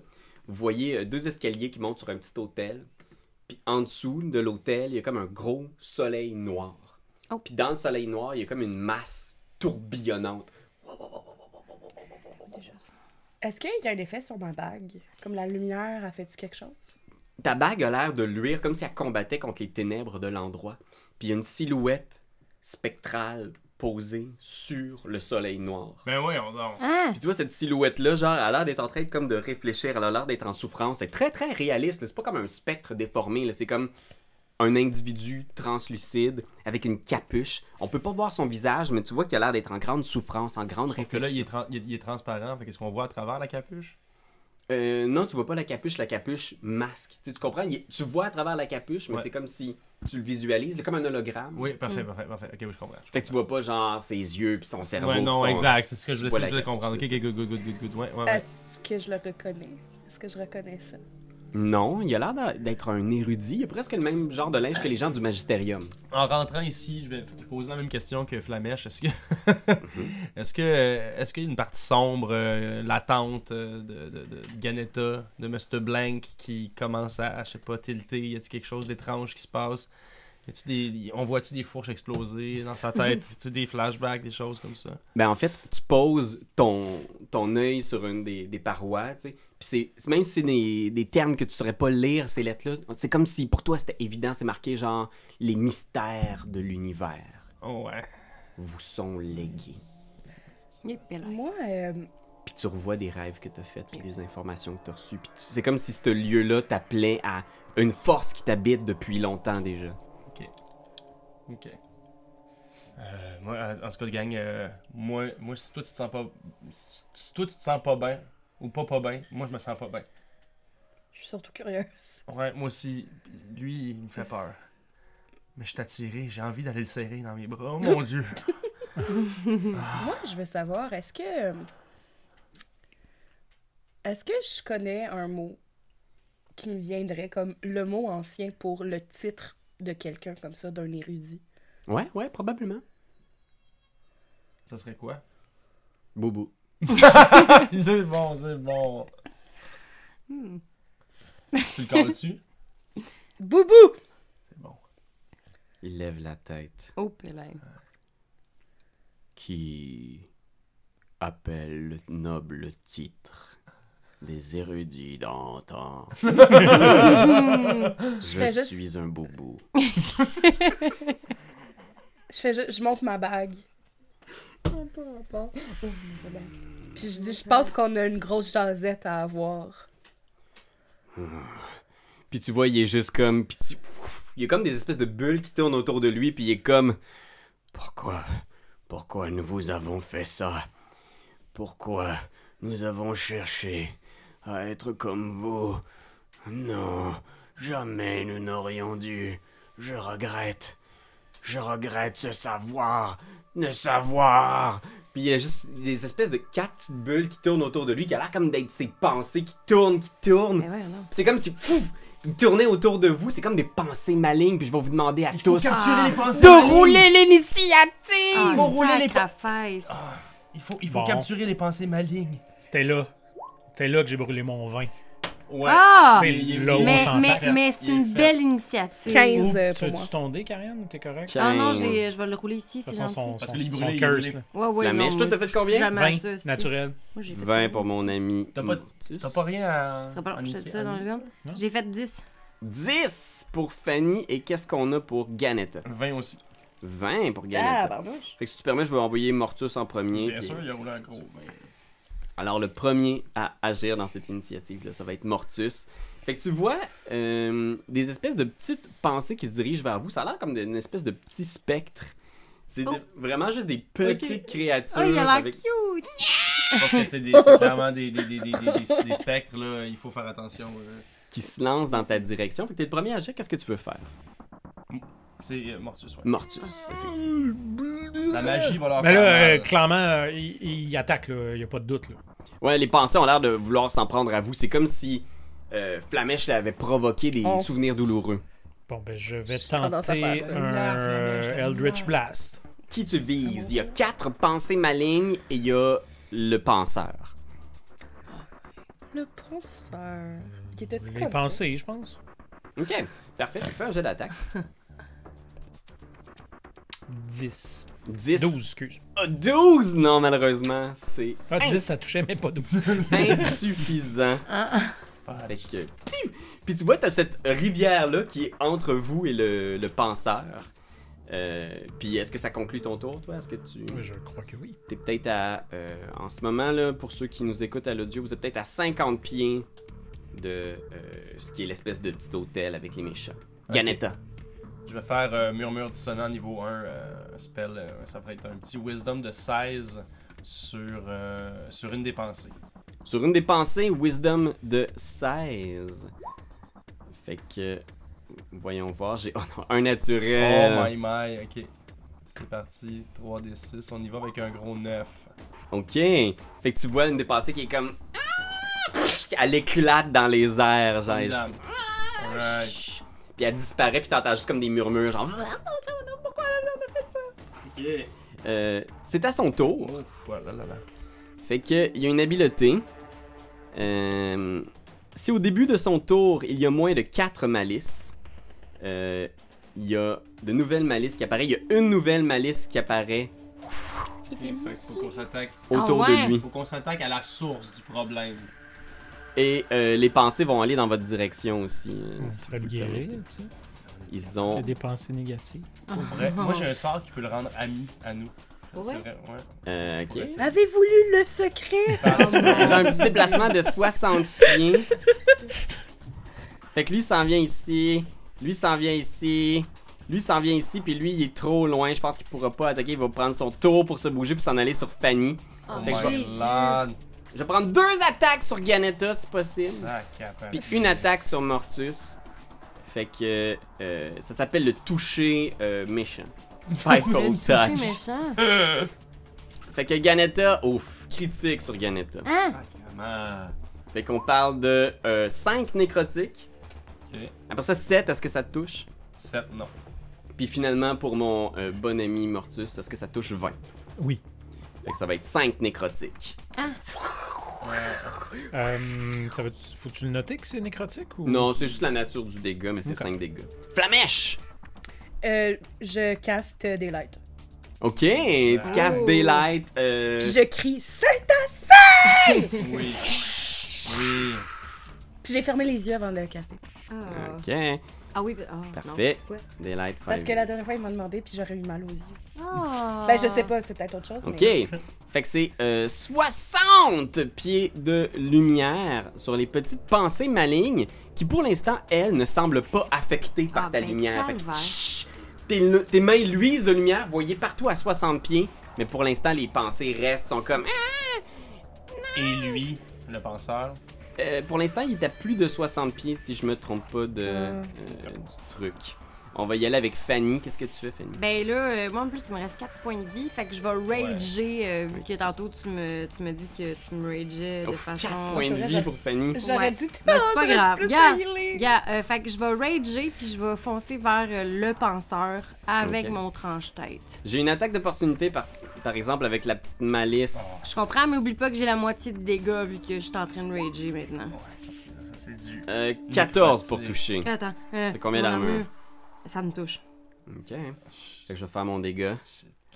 vous voyez euh, deux escaliers qui montent sur un petit hôtel. Puis en dessous de l'hôtel, il y a comme un gros soleil noir. Oh. Puis dans le soleil noir, il y a comme une masse tourbillonnante. Est-ce qu'il y a un effet sur ma bague? Comme la lumière a fait-tu quelque chose? Ta bague a l'air de luire comme si elle combattait contre les ténèbres de l'endroit. Puis il y a une silhouette spectrale posée sur le soleil noir. Ben oui, on dort. Ah! Puis tu vois cette silhouette là, genre elle a l'air d'être en train de, comme de réfléchir, elle a l'air d'être en souffrance, c'est très très réaliste, là. c'est pas comme un spectre déformé, là. c'est comme un individu translucide avec une capuche. On peut pas voir son visage, mais tu vois qu'il a l'air d'être en grande souffrance, en grande Parce que là, il réflexion. est, tran- il est- il est transparent, fait qu'est-ce qu'on voit à travers la capuche? Euh, non, tu vois pas la capuche, la capuche masque. Tu, sais, tu comprends? Il- tu vois à travers la capuche, mais Ouais. c'est comme si tu le visualises, là, comme un hologramme. Oui, parfait, parfait, parfait. Ok, oui, je comprends. Fait que tu vois pas genre ses yeux puis son cerveau. ouais, puis non, son- exact, c'est ce que je voulais tu vois essayer la de comprendre. Ok, capuche, ok, good, good, good, good, good, ouais, ouais, ouais. Est-ce que je le reconnais? Est-ce que je reconnais ça? Non, il a l'air d'a- d'être un érudit. Il a presque le même genre de linge que les gens du magisterium. En rentrant ici, je vais f- poser la même question que Flamèche. Est-ce que, Mhm. est-ce que, euh, est-ce qu'il y a une partie sombre, euh, latente euh, de, de, de Ganetta, de Mr. Blank, qui commence à, à, je sais pas, tilter Y a-t-il quelque chose d'étrange qui se passe Y a-t-il des, on voit-tu des fourches exploser dans sa tête Y a-t-il des flashbacks, des choses comme ça Ben en fait, tu poses ton, ton œil sur une des, des parois, tu sais. Puis c'est- c'est- même si c'est des, des termes que tu saurais pas lire, ces lettres-là, c'est comme si pour toi c'était évident, c'est marqué genre les mystères de l'univers Oh ouais. vous sont légués. Il est pélin. Moi, euh, puis tu revois des rêves que t'as faits, puis des informations que t'as reçues. Puis tu- c'est comme si ce lieu-là t'appelait à une force qui t'habite depuis longtemps déjà. Ok. Euh, moi, en- en tout cas, gang, euh, moi, moi, si toi tu te sens pas, si, si toi tu te sens pas bien ou pas pas bien, moi je me sens pas bien. je suis surtout curieuse. Ouais, moi aussi. Lui, il me fait peur. Mais je suis attiré, j'ai envie d'aller le serrer dans mes bras. Oh mon dieu! Moi, je veux savoir, est-ce que. euh, Est-ce que je connais un mot qui me viendrait comme le mot ancien pour le titre de quelqu'un comme ça, d'un érudit? Ouais, ouais, probablement. Ça serait quoi? Boubou. c'est bon, c'est bon. Hmm. Tu le colles-tu? Boubou! C'est bon. Il lève la tête. Oh, pélin. Qui appelle le noble titre des érudits d'antan. Je fais juste- suis un boubou. Je fais ju- je monte ma bague. Pas rapport. Ouvre ma bague. Puis je dis, je pense qu'on a une grosse jasette à avoir. Puis tu vois, il est juste comme. Puis tu- ouf, il y a comme des espèces de bulles qui tournent autour de lui, puis il est comme. Pourquoi Pourquoi nous vous avons fait ça Pourquoi nous avons cherché à être comme vous Non, jamais nous n'aurions dû. Je regrette. Je regrette ce savoir. Ne savoir. Puis il y a juste des espèces de quatre petites bulles qui tournent autour de lui, qui a l'air comme d'être ses pensées qui tournent, qui tournent. Ben ouais, non. C'est comme si pouf, il tournait autour de vous. C'est comme des pensées malignes. Puis je vais vous demander à tous capturer les pensées. de rouler l'initiative. Ah, faut rouler les Ah. sacre face. Il faut, il faut Bon. capturer les pensées malignes. C'était là. C'était là que j'ai brûlé mon vin. Ouais. Ah! C'est il est- là où on Mais, s'en mais, sert. mais c'est Il est une fait. belle initiative. 15 euh, Oups, pour tu moi. tu ton dé, Karianne? T'es correct? Ah non, j'ai- je vais le rouler ici, De toute c'est façon, gentil. son, Parce son, que les son brûlés, curse, les brûlés. là. Ouais, ouais, La non, mèche, toi, mais t'as fait combien? jamais 20, ça, c'est- naturel. Moi, j'ai fait 20 pas- pour mon ami. T'as pas- Mortus. T'as pas rien à. Ce serait pas long en que je te initier- dise ça dans le genre. Non. J'ai fait 10. 10 pour Fanny. Et qu'est-ce qu'on a pour Ganetta 20 aussi. 20 pour Ah, Ganetta. pardon. Fait que si tu permets, je vais envoyer Mortus en premier. Bien puis- sûr, il a roulé un gros. mais- Alors, le premier à agir dans cette initiative-là, ça va être Mortus. Fait que tu vois euh, des espèces de petites pensées qui se dirigent vers vous. Ça a l'air comme une espèce de petit spectre. C'est de- vraiment juste des petites créatures. Oh, il a l'air avec- cute! Sauf que c'est des- c'est clairement des, des, des, des, des- des- des spectres, là. Il faut faire attention. euh. qui se lance dans ta direction. Fait que t'es le premier à agir, qu'est-ce que tu veux faire? C'est euh, Mortus, ouais. Mortus, Euh, effectivement. La magie va leur Mais faire là, euh, mal. clairement, euh, il, il attaque, là. Il y a pas de doute, là. Ouais, les pensées ont l'air de vouloir s'en prendre à vous. C'est comme si euh, Flamèche avait provoqué des On- souvenirs douloureux. Bon, ben, je vais J'ai tendance à tenter faire ça. un Lumière, flamèche, euh, Eldritch lumière. Blast. Qui tu vises? Il y a Ah. quatre pensées malignes et il y a le penseur. Le penseur. Qui était Euh, Les pensées, je pense. Ok, parfait. Je fais un jeu d'attaque. 10. 10. 12, excuse. Ah, 12! Non, malheureusement, c'est Ah, 10, ça touchait même pas 12. insuffisant. Fait que, tiu! Puis tu vois, t'as cette rivière-là qui est entre vous et le, le penseur. Euh, puis est-ce que ça conclut ton tour, toi? Est-ce que tu... je crois que oui. T'es peut-être à... euh, en ce moment, là, pour ceux qui nous écoutent à l'audio, vous êtes peut-être à 50 pieds de euh, ce qui est l'espèce de petit hôtel avec les méchants. Ok. Ganeta. Je vais faire euh, Murmure Dissonant niveau 1, euh, un spell. euh, ça va être un petit Wisdom de 16 sur, euh, sur une des pensées. Sur une des pensées, Wisdom de 16. Fait que... Voyons voir, j'ai oh non, un naturel. Oh my my, ok. C'est parti, 3d6, on y va avec un gros 9. Ok. Fait que tu vois une dépassée qui est comme. Ah! Pfff! Elle éclate dans les airs, genre. elle- Dame. Alright. Puis elle disparaît, puis t'entends juste comme des murmures, genre. Oh, Pourquoi elle a fait ça? Ok. Euh, c'est à son tour. Oh, voilà, là, là. Fait que il y a une habileté. Euh, si au début de son tour, il y a moins de 4 malices, euh, il y a de nouvelles malices qui apparaissent. Il y a une nouvelle malice qui apparaît Ok, fait que faut qu'on s'attaque. autour Ah ouais? de lui. Faut qu'on s'attaque à la source du problème. Et euh, les pensées vont aller dans votre direction aussi. euh, On si pourrait vous le le permettez. guérir, tu sais. Ils J'ai ont des pensées négatives. Pour vrai. Moi j'ai un sort qui peut le rendre ami à nous. C'est Oh. Oh, Ouais. vrai, ouais. Euh, ok. Pour essayer. Avez-vous lu le secret? Oh Oh, Ils ont un petit déplacement de 60 pieds. Fait que lui il s'en vient ici, lui il s'en vient ici, lui il s'en vient ici, puis lui il est trop loin. Je pense qu'il pourra pas attaquer. Il va prendre son tour pour se bouger puis s'en aller sur Fanny. Ah, Oh Oh, my Jésus. lord. Je vais prendre deux attaques sur Ganeta si possible, Ah, capable. puis une attaque sur Mortus. Fait que euh, ça s'appelle le toucher euh, méchant. Le Fivefold toucher touch. méchant. Ah, Fait que Ganeta, ouf, critique sur Ganeta. Hein? Sacrement. Fait qu'on parle de 5 nécrotiques. Ok. Après ça, 7, est-ce que ça te touche? 7, non. Puis finalement, pour mon euh, bon ami Mortus, est-ce que ça touche 20? Oui. Fait que ça va être 5 nécrotiques. Ouais. Euh, ça veut faut-tu le noter que c'est nécrotique ou Non, c'est juste la nature du dégât, mais c'est Ok. 5 dégâts. Flamèche! Euh, je caste euh, des lights. Ok, tu casses Oh. Daylight. euh, Puis je crie Saint Oui. Oui. Puis j'ai fermé les yeux avant de le caster. Ah. Ok, Ah ben, oui, ah, non. Parfait. Ouais. Daylight Parce five. que la dernière fois, ils m'ont demandé, puis j'aurais eu mal aux yeux. Ah. Ben, je sais pas, c'est peut-être autre chose. Ok, Mais... fait que c'est euh, 60 pieds de lumière sur les petites pensées malignes qui, pour l'instant, elles ne semblent pas affectées par Ah, ta ben, lumière. Fait que, calvaire. chut, tes, lu- tes mains luisent de lumière, vous voyez partout à 60 pieds, mais pour l'instant, les pensées restent, sont comme. Ah! Et lui, le penseur. Euh, pour l'instant, il est à plus de 60 pieds, si je me trompe pas, de, euh, du truc. On va y aller avec Fanny. Qu'est-ce que tu fais, Fanny? Ben là, euh, moi en plus, il me reste 4 points de vie, fait que je vais rager, euh, vu que c'est tantôt tu me, tu me dis que tu me rageais de Ouf, façon. quatre points de C'est vrai, vie j'ai- pour Fanny. J'aurais Ouais. dû te Ben, c'est pas j'aurais dû grave. plus Regarde, te healer. Gars, euh, fait que je vais rager puis je vais foncer vers euh, le penseur avec Ok. mon tranche-tête. J'ai une attaque d'opportunité, par, par exemple, avec la petite malice. Je comprends, mais oublie pas que j'ai la moitié de dégâts vu que je suis en train de rager maintenant. Ouais, ça, ça, c'est du. Euh, 14 pour toucher. Attends. Euh, T'as combien mon d'armure? Ça me touche. Ok. Fait que je vais faire mon dégât.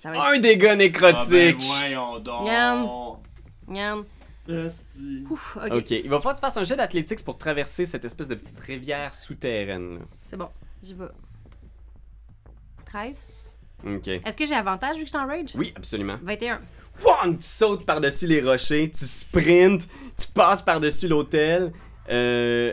Ça va être. Un dégât Ah ben nécrotique! voyons donc. Miam. Miam. Esti. Ouf, ok. Ok, il va falloir que tu fasses un jet d'athlétics pour traverser cette espèce de petite rivière souterraine. C'est bon, j'y vais. 13. là. Ok. Est-ce que j'ai avantage vu que je suis en rage? Oui, absolument. 21. Wong! Tu sautes par-dessus les rochers, tu sprintes, tu passes par-dessus l'hôtel. Euh,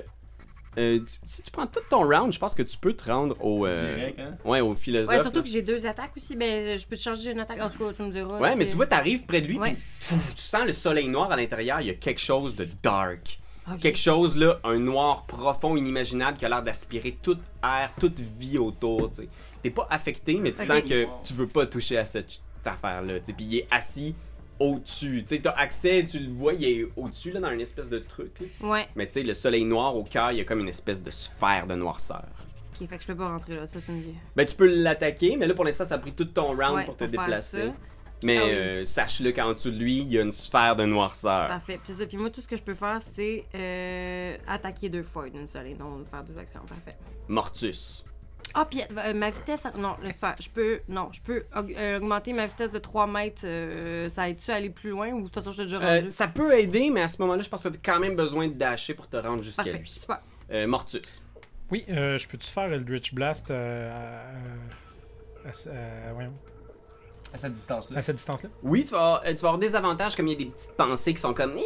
euh, tu- si tu prends tout ton round, je pense que tu peux te rendre au, euh, Direct, hein? ouais, au philosophe. Ouais, surtout là. que j'ai deux attaques aussi. Ben, je peux te changer une attaque. En tout cas, tu me diras. Ouais, si- mais tu vois, t'arrives près de lui, Ouais. puis pff, tu sens le soleil noir à l'intérieur, il y a quelque chose de dark. Ok. Quelque chose, là, un noir profond, inimaginable, qui a l'air d'aspirer toute air, toute vie autour, tu sais. T'es pas affecté, mais tu Ok. sens que tu veux pas toucher à cette, cette affaire-là, tu sais. Puis il est assis au-dessus, tu sais. T'as accès, tu le vois, il est au-dessus, là, dans une espèce de truc, là. Ouais. Mais tu sais, le soleil noir au cœur, il y a comme une espèce de sphère de noirceur. Ok, fait que je peux pas rentrer là, ça tu me dis. Ben, tu peux l'attaquer, mais là, pour l'instant, ça a pris tout ton round Ouais, pour te pour faire déplacer. ça. Mais Ah oui. euh, sache-le qu'en dessous de lui, il y a une sphère de noirceur. Parfait. Puis c'est ça. Puis moi, tout ce que je peux faire, c'est euh, attaquer deux fois d'une seule et non faire deux actions. Parfait. Mortus. Ah, puis euh, ma vitesse. Non, laisse faire. Je peux. Non, je peux aug- euh, augmenter ma vitesse de 3 mètres. euh, ça aide-tu à aller plus loin ou de toute façon, je te déjà rendu? Euh, ça peut aider, mais à ce moment-là, je pense que t'as quand même besoin de dasher pour te rendre jusqu'à Parfait. lui. Super. Euh, Mortus. Oui, euh, je peux-tu faire Eldritch Blast euh, à, à- à- à- voyons, À cette distance-là. à cette distance-là? Oui, tu vas, avoir, euh, tu vas avoir des avantages comme il y a des petites pensées qui sont comme.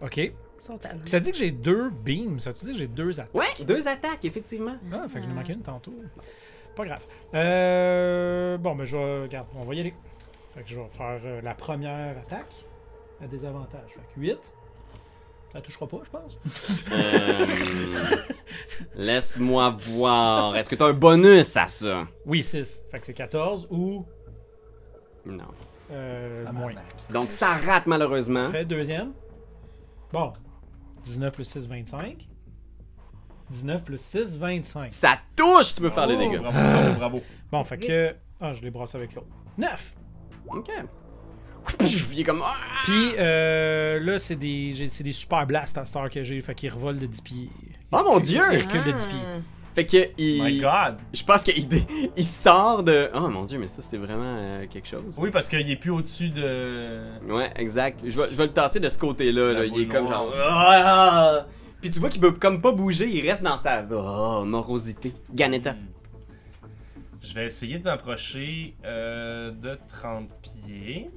Ok. Ils sont tannants. Ça dit que j'ai deux beams. Ça veut dire que j'ai deux attaques? Ouais, deux attaques, effectivement. Ah, fait que j'en ai manqué une tantôt. Pas grave. Euh, bon, ben, je vais. Regarde, on va y aller. Fait que je vais faire euh, la première attaque à désavantage. Fait que 8. Ça touchera pas, je pense. Euh, Laisse-moi voir. Est-ce que t'as un bonus à ça? Oui, 6. Fait que c'est 14 ou Non. euh, Ah, moins. merde. Donc ça rate malheureusement. Fait deuxième. Bon. 19 plus 6, 25. 19 plus 6, 25. Ça touche, tu peux faire les Oh, dégâts. Bravo, bravo, bravo. Bon, fait que. Ah, je l'ai brassé avec l'autre. 9! Ok. Il est comme. Ah! Puis euh, là, c'est des, j'ai- c'est des super blasts à Star que j'ai. Fait qu'ils revolent de 10 pieds. Oh mon dieu! Ils reculent de 10 pieds. Ah! Fait que il. My God. Je pense qu'il dé- il sort de. Oh mon dieu, mais ça c'est vraiment euh, quelque chose. Oui, parce qu'il est plus au-dessus de. Ouais, exact. Je vais, je vais le tasser de ce côté-là. La là. boule Il est comme noire. genre. Ah! Puis tu vois qu'il peut comme pas bouger, il reste dans sa oh, morosité. Ganetta. Hmm. Je vais essayer de m'approcher euh, de 30 pieds.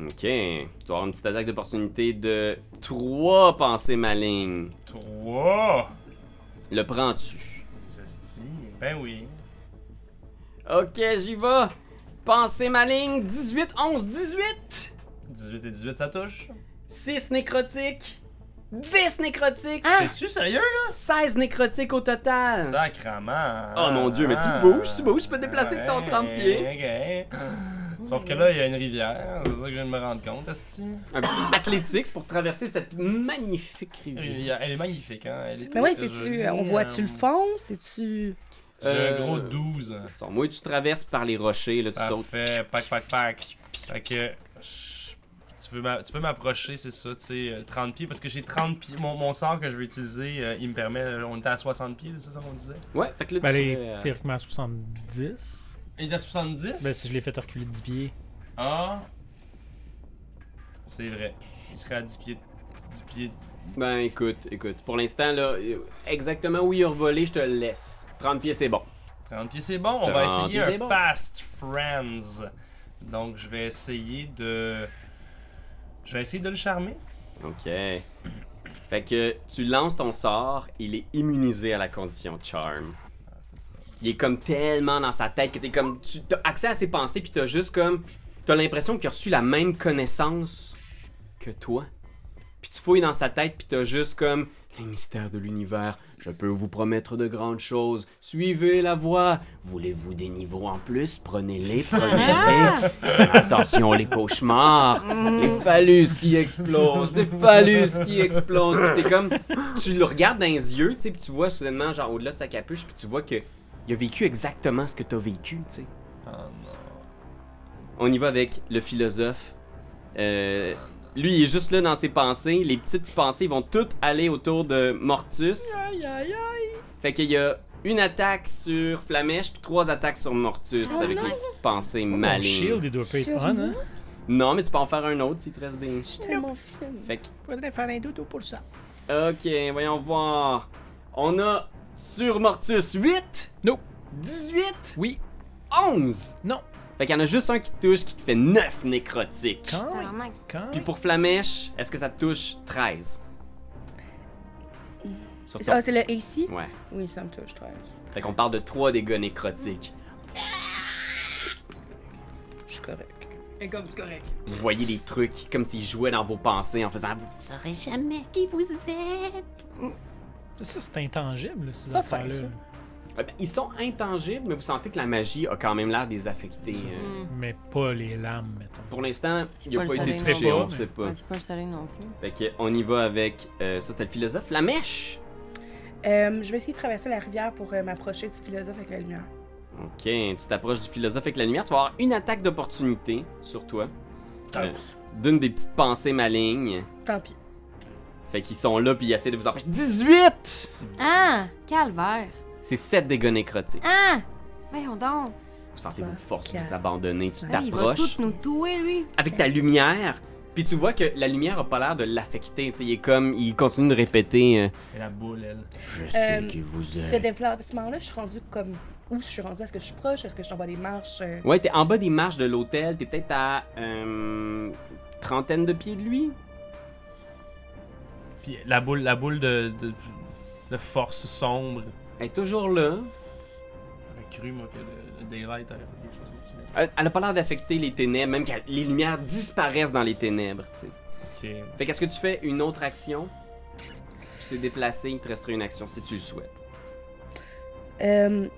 Ok. Tu vas avoir une petite attaque d'opportunité de trois pensées malignes. 3. Le prends-tu? Ben oui. Ok, j'y vais. Pensée maligne, 18, 11, 18! 18 et 18, ça touche. 6 nécrotiques! 10 nécrotiques! Es-tu sérieux, là? 16 nécrotiques au Ah. total! Sacrement. hein. Ah. Oh mon Dieu, mais tu bouges, tu bouges, tu peux te déplacer de ton 30 pieds. Sauf que là, il y a une rivière. C'est ça que je viens de me rendre compte, Asti. un petit Athletics pour traverser cette magnifique rivière. Rivière- Elle est magnifique, hein? Elle est Mais ouais, toute c'est-tu. euh, jolie, On voit-tu hein. le fond? C'est-tu. J'ai Euh, un gros 12. C'est ça. Moi, tu traverses par les rochers, là, tu sautes. Parfait, pack, pack, pack. Fait que. je- Tu veux m'a- tu peux m'approcher, c'est ça, tu sais, euh, 30 pieds, parce que j'ai 30 pieds. Mon, mon sort que je vais utiliser, euh, il me permet. euh, On était à 60 pieds, c'est ça qu'on disait Ouais, fait que là, Ben, tu. elle est euh, théoriquement à 70. Il est à 70 Ben, si je l'ai fait reculer de 10 pieds. Ah. C'est vrai. Il serait à 10 pieds. 10 pieds. ben, écoute, écoute. Pour l'instant, là, euh, exactement où il a revolé, je te le laisse. 30 pieds, c'est bon. 30 pieds, c'est bon. On va 30 pieds, essayer un c'est bon. Fast Friends. Donc, je vais essayer de. Je vais essayer de le charmer. Ok. Fait que tu lances ton sort, il est immunisé à la condition charm. Il est comme tellement dans sa tête que t'es comme tu as accès à ses pensées puis t'as juste comme t'as l'impression qu'il a reçu la même connaissance que toi. Puis tu fouilles dans sa tête puis t'as juste comme les mystères de l'univers. Je peux vous promettre de grandes choses. Suivez la voie. Voulez-vous des niveaux en plus Prenez-les, prenez-les. Attention les cauchemars, les phallus qui explosent, des phallus qui explosent. Puis t'es comme tu le regardes dans les yeux, tu sais, puis tu vois soudainement genre au-delà de sa capuche puis tu vois que il a vécu exactement ce que t'as vécu, tu sais. Oh non. On y va avec le philosophe. Euh, lui, il est juste là dans ses pensées. Les petites pensées vont toutes aller autour de Mortus. Fait qu'il y a une attaque sur Flamèche, puis trois attaques sur Mortus avec les petites pensées Mon malignes. Oh, shield, il doit pas être on, hein? Non, mais tu peux en faire un autre s'il te reste des... Je suis tellement fine. Fait que Faudrait faire un dodo pour ça. Ok, voyons voir. On a sur Mortus 8. Non. 18. Oui. 11. Non. Fait qu'il y en a juste un qui te touche qui te fait 9 nécrotiques. Quand? Tabarnak. Quand? Puis pour Flamèche, est-ce que ça te touche 13? Sur Ah, ton- c'est le AC? Ouais. Oui, ça me touche, 13. Fait qu'on parle de trois dégâts nécrotiques. Je suis correct. Et comme c'est correct. Vous voyez des trucs comme s'ils jouaient dans vos pensées en faisant vous. saurais jamais qui vous êtes. Ça, c'est intangible, ces Pas faire affaires-là. Ouais, ben, Ils sont intangibles, mais vous sentez que la magie a quand même l'air désaffectée. euh. Hmm. Mais pas les lames, mettons. Pour l'instant, il pas n'a le pas été soleil touché, non on plus. sait Ah, pas. puis pas le soleil non plus. Fait que, on y va avec. euh, ça, c'était le philosophe. La mèche! Euh, je vais essayer de traverser la rivière pour euh, m'approcher du philosophe avec la lumière. Ok, tu t'approches du philosophe avec la lumière. Tu vas avoir une attaque d'opportunité sur toi. Euh, D'une des petites pensées malignes. Tant pis. Fait qu'ils sont là puis ils essaient de vous empêcher. 18! Ah! Calvaire! C'est 7 dégâts nécrotiques. Ah! Voyons donc! Vous sentez vos Trois, forces vous quatre, abandonner. Tu cinq. Ah, il va t'approches. tous nous tuer, lui! avec ta lumière. Puis tu vois que la lumière a pas l'air de l'affecter. tu sais, Il est comme, il continue de répéter. euh, Et la boule, elle. je Euh, vous Ce déplacement-là, je suis rendue comme. Où je suis rendue? Est-ce que je suis proche? Est-ce que je suis en bas des marches? euh? Ouais, t'es en bas des marches de l'hôtel. T'es peut-être à euh, trentaine de pieds de lui. Puis la boule, la boule de, de, de force sombre. Elle est toujours là. J'aurais cru, moi, que le, le Daylight aurait fait quelque chose là-dessus. Elle elle a pas l'air d'affecter les ténèbres, même que les lumières disparaissent dans les ténèbres. tu sais. mais- Ok. Fait qu'est-ce que tu fais une autre action Tu t'es déplacé, il te resterait une action si tu le souhaites. Euh,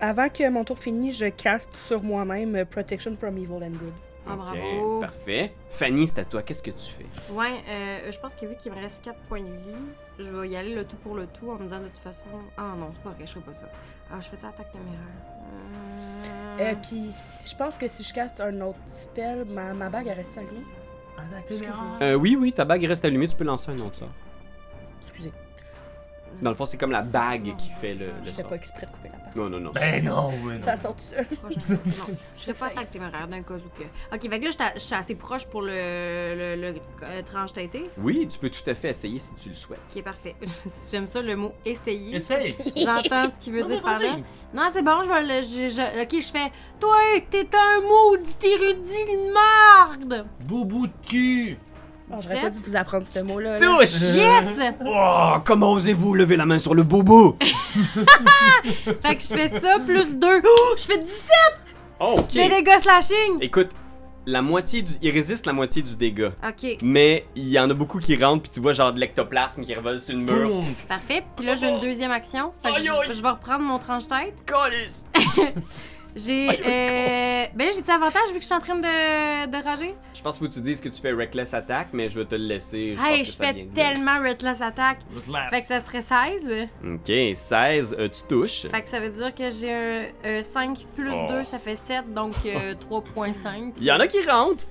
avant que mon tour finisse, je caste sur moi-même euh, Protection from Evil and Good. Ah, Ok, bravo! Parfait. Fanny, c'est à toi. Qu'est-ce que tu fais Ouais, euh, je pense que vu qu'il me reste 4 points de vie, je vais y aller le tout pour le tout en me disant de toute façon. Ah non, c'est pas vrai, je ferai pas ça. Ah, je fais ça attaque téméraire. Euh, Puis si- je pense que si je caste un autre spell, ma, ma bague elle reste allumée. Ah, Euh, oui, oui, ta bague reste allumée, tu peux lancer un autre sort. Excusez, Dans le fond, c'est comme la bague qui fait le, le je fais sort. pas exprès de couper la parole. Non, non, non. Ben non, mais non. Ça sort tout seul. Prochaine fois. Non, je serai pas attaque téméraire d'un cas où que. Ok, fait que là, j'étais à- j'étais assez proche pour le, le, le, euh, tranche têté, Oui, tu peux tout à fait essayer si tu le souhaites. qui est parfait. J'aime ça le mot essayer. Essaye! J'entends ce qu'il veut Non, dire mais par là. vas-y. Non, c'est bon, je vais le. je- je- ok, je fais. Toi, t'es un maudit érudit de merde! Boubou de cul! Oh, J'aurais pas dû vous apprendre ce mot-là. là. Touche! Yes! Oh, comment osez-vous lever la main sur le bobo? Fait que je fais ça plus 2. Oh, je fais 17 ok. des dégâts slashing! Écoute, la moitié du... il résiste la moitié du dégât. Ok, Mais il y en a beaucoup qui rentrent, puis tu vois genre de l'ectoplasme qui revole sur le mur. Boum! parfait. Puis là, j'ai une deuxième action. Fait que Aïe, aïe. je, je vais reprendre mon tranche-tête. Colis! J'ai. Euh... Ben là, j'ai-tu avantage vu que je suis en train de, de rager? Je pense qu'il faut que tu dises que tu fais Reckless Attack, mais je vais te le laisser. Je pense hey, que je ça vient fais de là. tellement Reckless Attack. Fait que ça serait 16. Ok, 16, euh, tu touches. Fait que ça veut dire que j'ai un, un 5 plus Oh. 2, ça fait 7, donc euh, 3.5. Il y en a qui rentrent.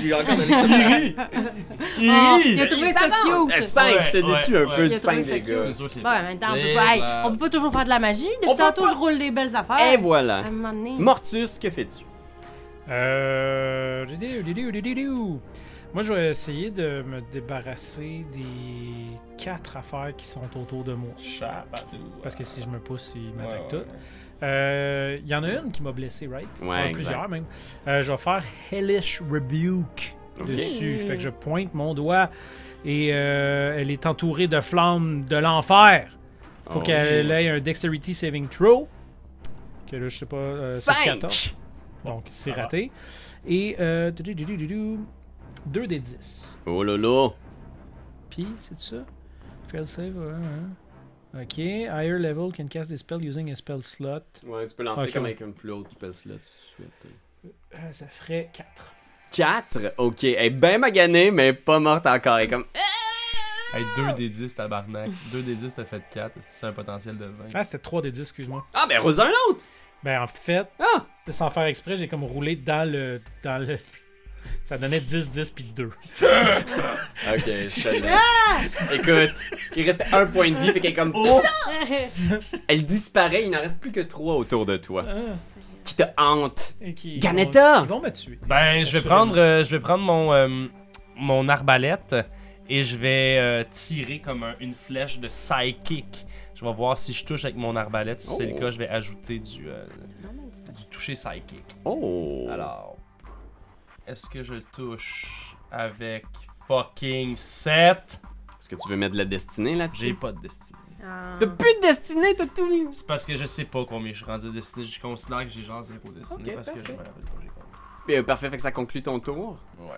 J'ai encore donné Oh, il a trouvé ça cute! 5, Ouais, j'étais ouais, déçu un ouais. peu Il de a 5 trouvé ça dégâts. C'est sûr que c'est Bon, en même temps, on peut Eh pas, hey, ben. on peut pas toujours faire de la magie. Depuis On peut tantôt, pas. je roule des belles affaires. Et Eh, voilà. À un moment donné. Mortus, que fais-tu? Euh. didou, didou, didou, didou. Moi, je vais essayer de me débarrasser des quatre affaires qui sont autour de moi. Parce que si je me pousse, ils m'attaquent toutes. Euh, Il y en a une qui m'a blessé, right? Ouais, Ou plusieurs même. Euh, je vais faire Hellish Rebuke Ok. dessus. Fait que je pointe mon doigt et euh, elle est entourée de flammes de l'enfer. Faut Oh, qu'elle oui. ait un Dexterity Saving Throw. Que là, je sais pas. euh, c'est 14. Cinq! Donc, c'est raté. Et euh, 2 des 10. Oh là là! Puis, c'est ça? Fail save, ouais, ouais. Ok, higher level can cast des spells using a spell slot. Ouais, tu peux lancer Ok. comme avec un plus haut, tu passes là tout de suite. Euh, ça ferait 4. 4? Ok, elle est bien maganée, mais pas morte encore. Elle est comme. Hey, Ah. 2 des 10, tabarnak. 2 des 10, t'as fait 4. C'est un potentiel de 20. Ah, c'était 3 des 10, excuse-moi. Ah, ben rose un autre! Ben, en fait, Ah! sans faire exprès, j'ai comme roulé dans le. Dans le... Ça donnait 10, 10 puis 2. Ok, je te laisse. Écoute, il restait un point de vie, fait qu'elle est comme. Ah, Elle disparaît, il n'en reste plus que 3 autour de toi. Qui te hante. Et qui, Ah, Ganetta! Ils vont me tuer. Ben, je vais Assurément. prendre, euh, je vais prendre mon, euh, mon arbalète et je vais euh, tirer comme un- une flèche de psychic. Je vais voir si je touche avec mon arbalète. Si c'est le Oh. cas, je vais ajouter du, euh, du toucher psychic. Oh! Alors, est-ce que je touche avec fucking 7 Est-ce que tu veux mettre de la destinée J'ai là-dessus? pas de destinée. Ah. T'as plus de destinée, t'as tout mis. C'est parce que je sais pas combien je suis rendu destiné. Je considère que j'ai genre zéro destiné Ok, parce que parfait. je me rappelle pas. j'ai combien. Puis, euh, parfait, fait que ça conclut ton tour. Ouais.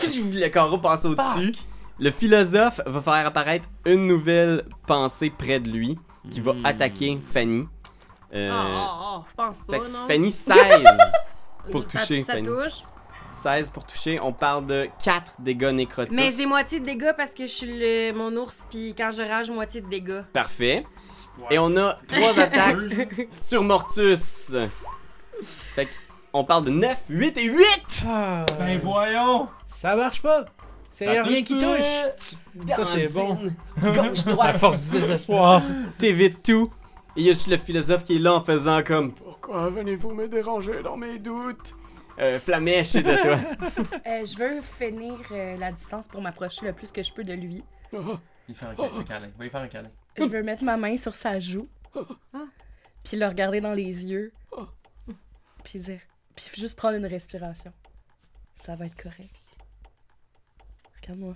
Le carreau passe au-dessus. Le philosophe va faire apparaître une nouvelle pensée près de lui qui va Hmm. attaquer Fanny. Euh, Ah, ah, ah, je pense pas, fait que non. Fanny 16 pour Ça- toucher, Ça Fanny. touche. 16 pour toucher, on parle de 4 dégâts nécrotiques. Mais j'ai moitié de dégâts parce que je suis le- mon ours, puis quand je rage, moitié de dégâts. Parfait. Et on a 3 attaques sur Mortus. Fait que on parle de 9, 8 et 8! Ah, Ben voyons! ça marche pas. C'est Ça rien qui touche. Ça, c'est bon. Euh, Gauche, La droite, force du désespoir. t'évites tout. Et il y a juste le philosophe qui est là en faisant comme Pourquoi venez-vous me déranger dans mes doutes? Euh, Flamèche, c'est de toi. Euh, je veux finir euh, la distance pour m'approcher le plus que je peux de lui. Il fait un câlin. un câlin. Va y faire un câlin. Je veux mettre ma main sur sa joue. Puis le regarder dans les yeux. Puis dire. Puis juste prendre une respiration. Ça va être correct. Regarde-moi.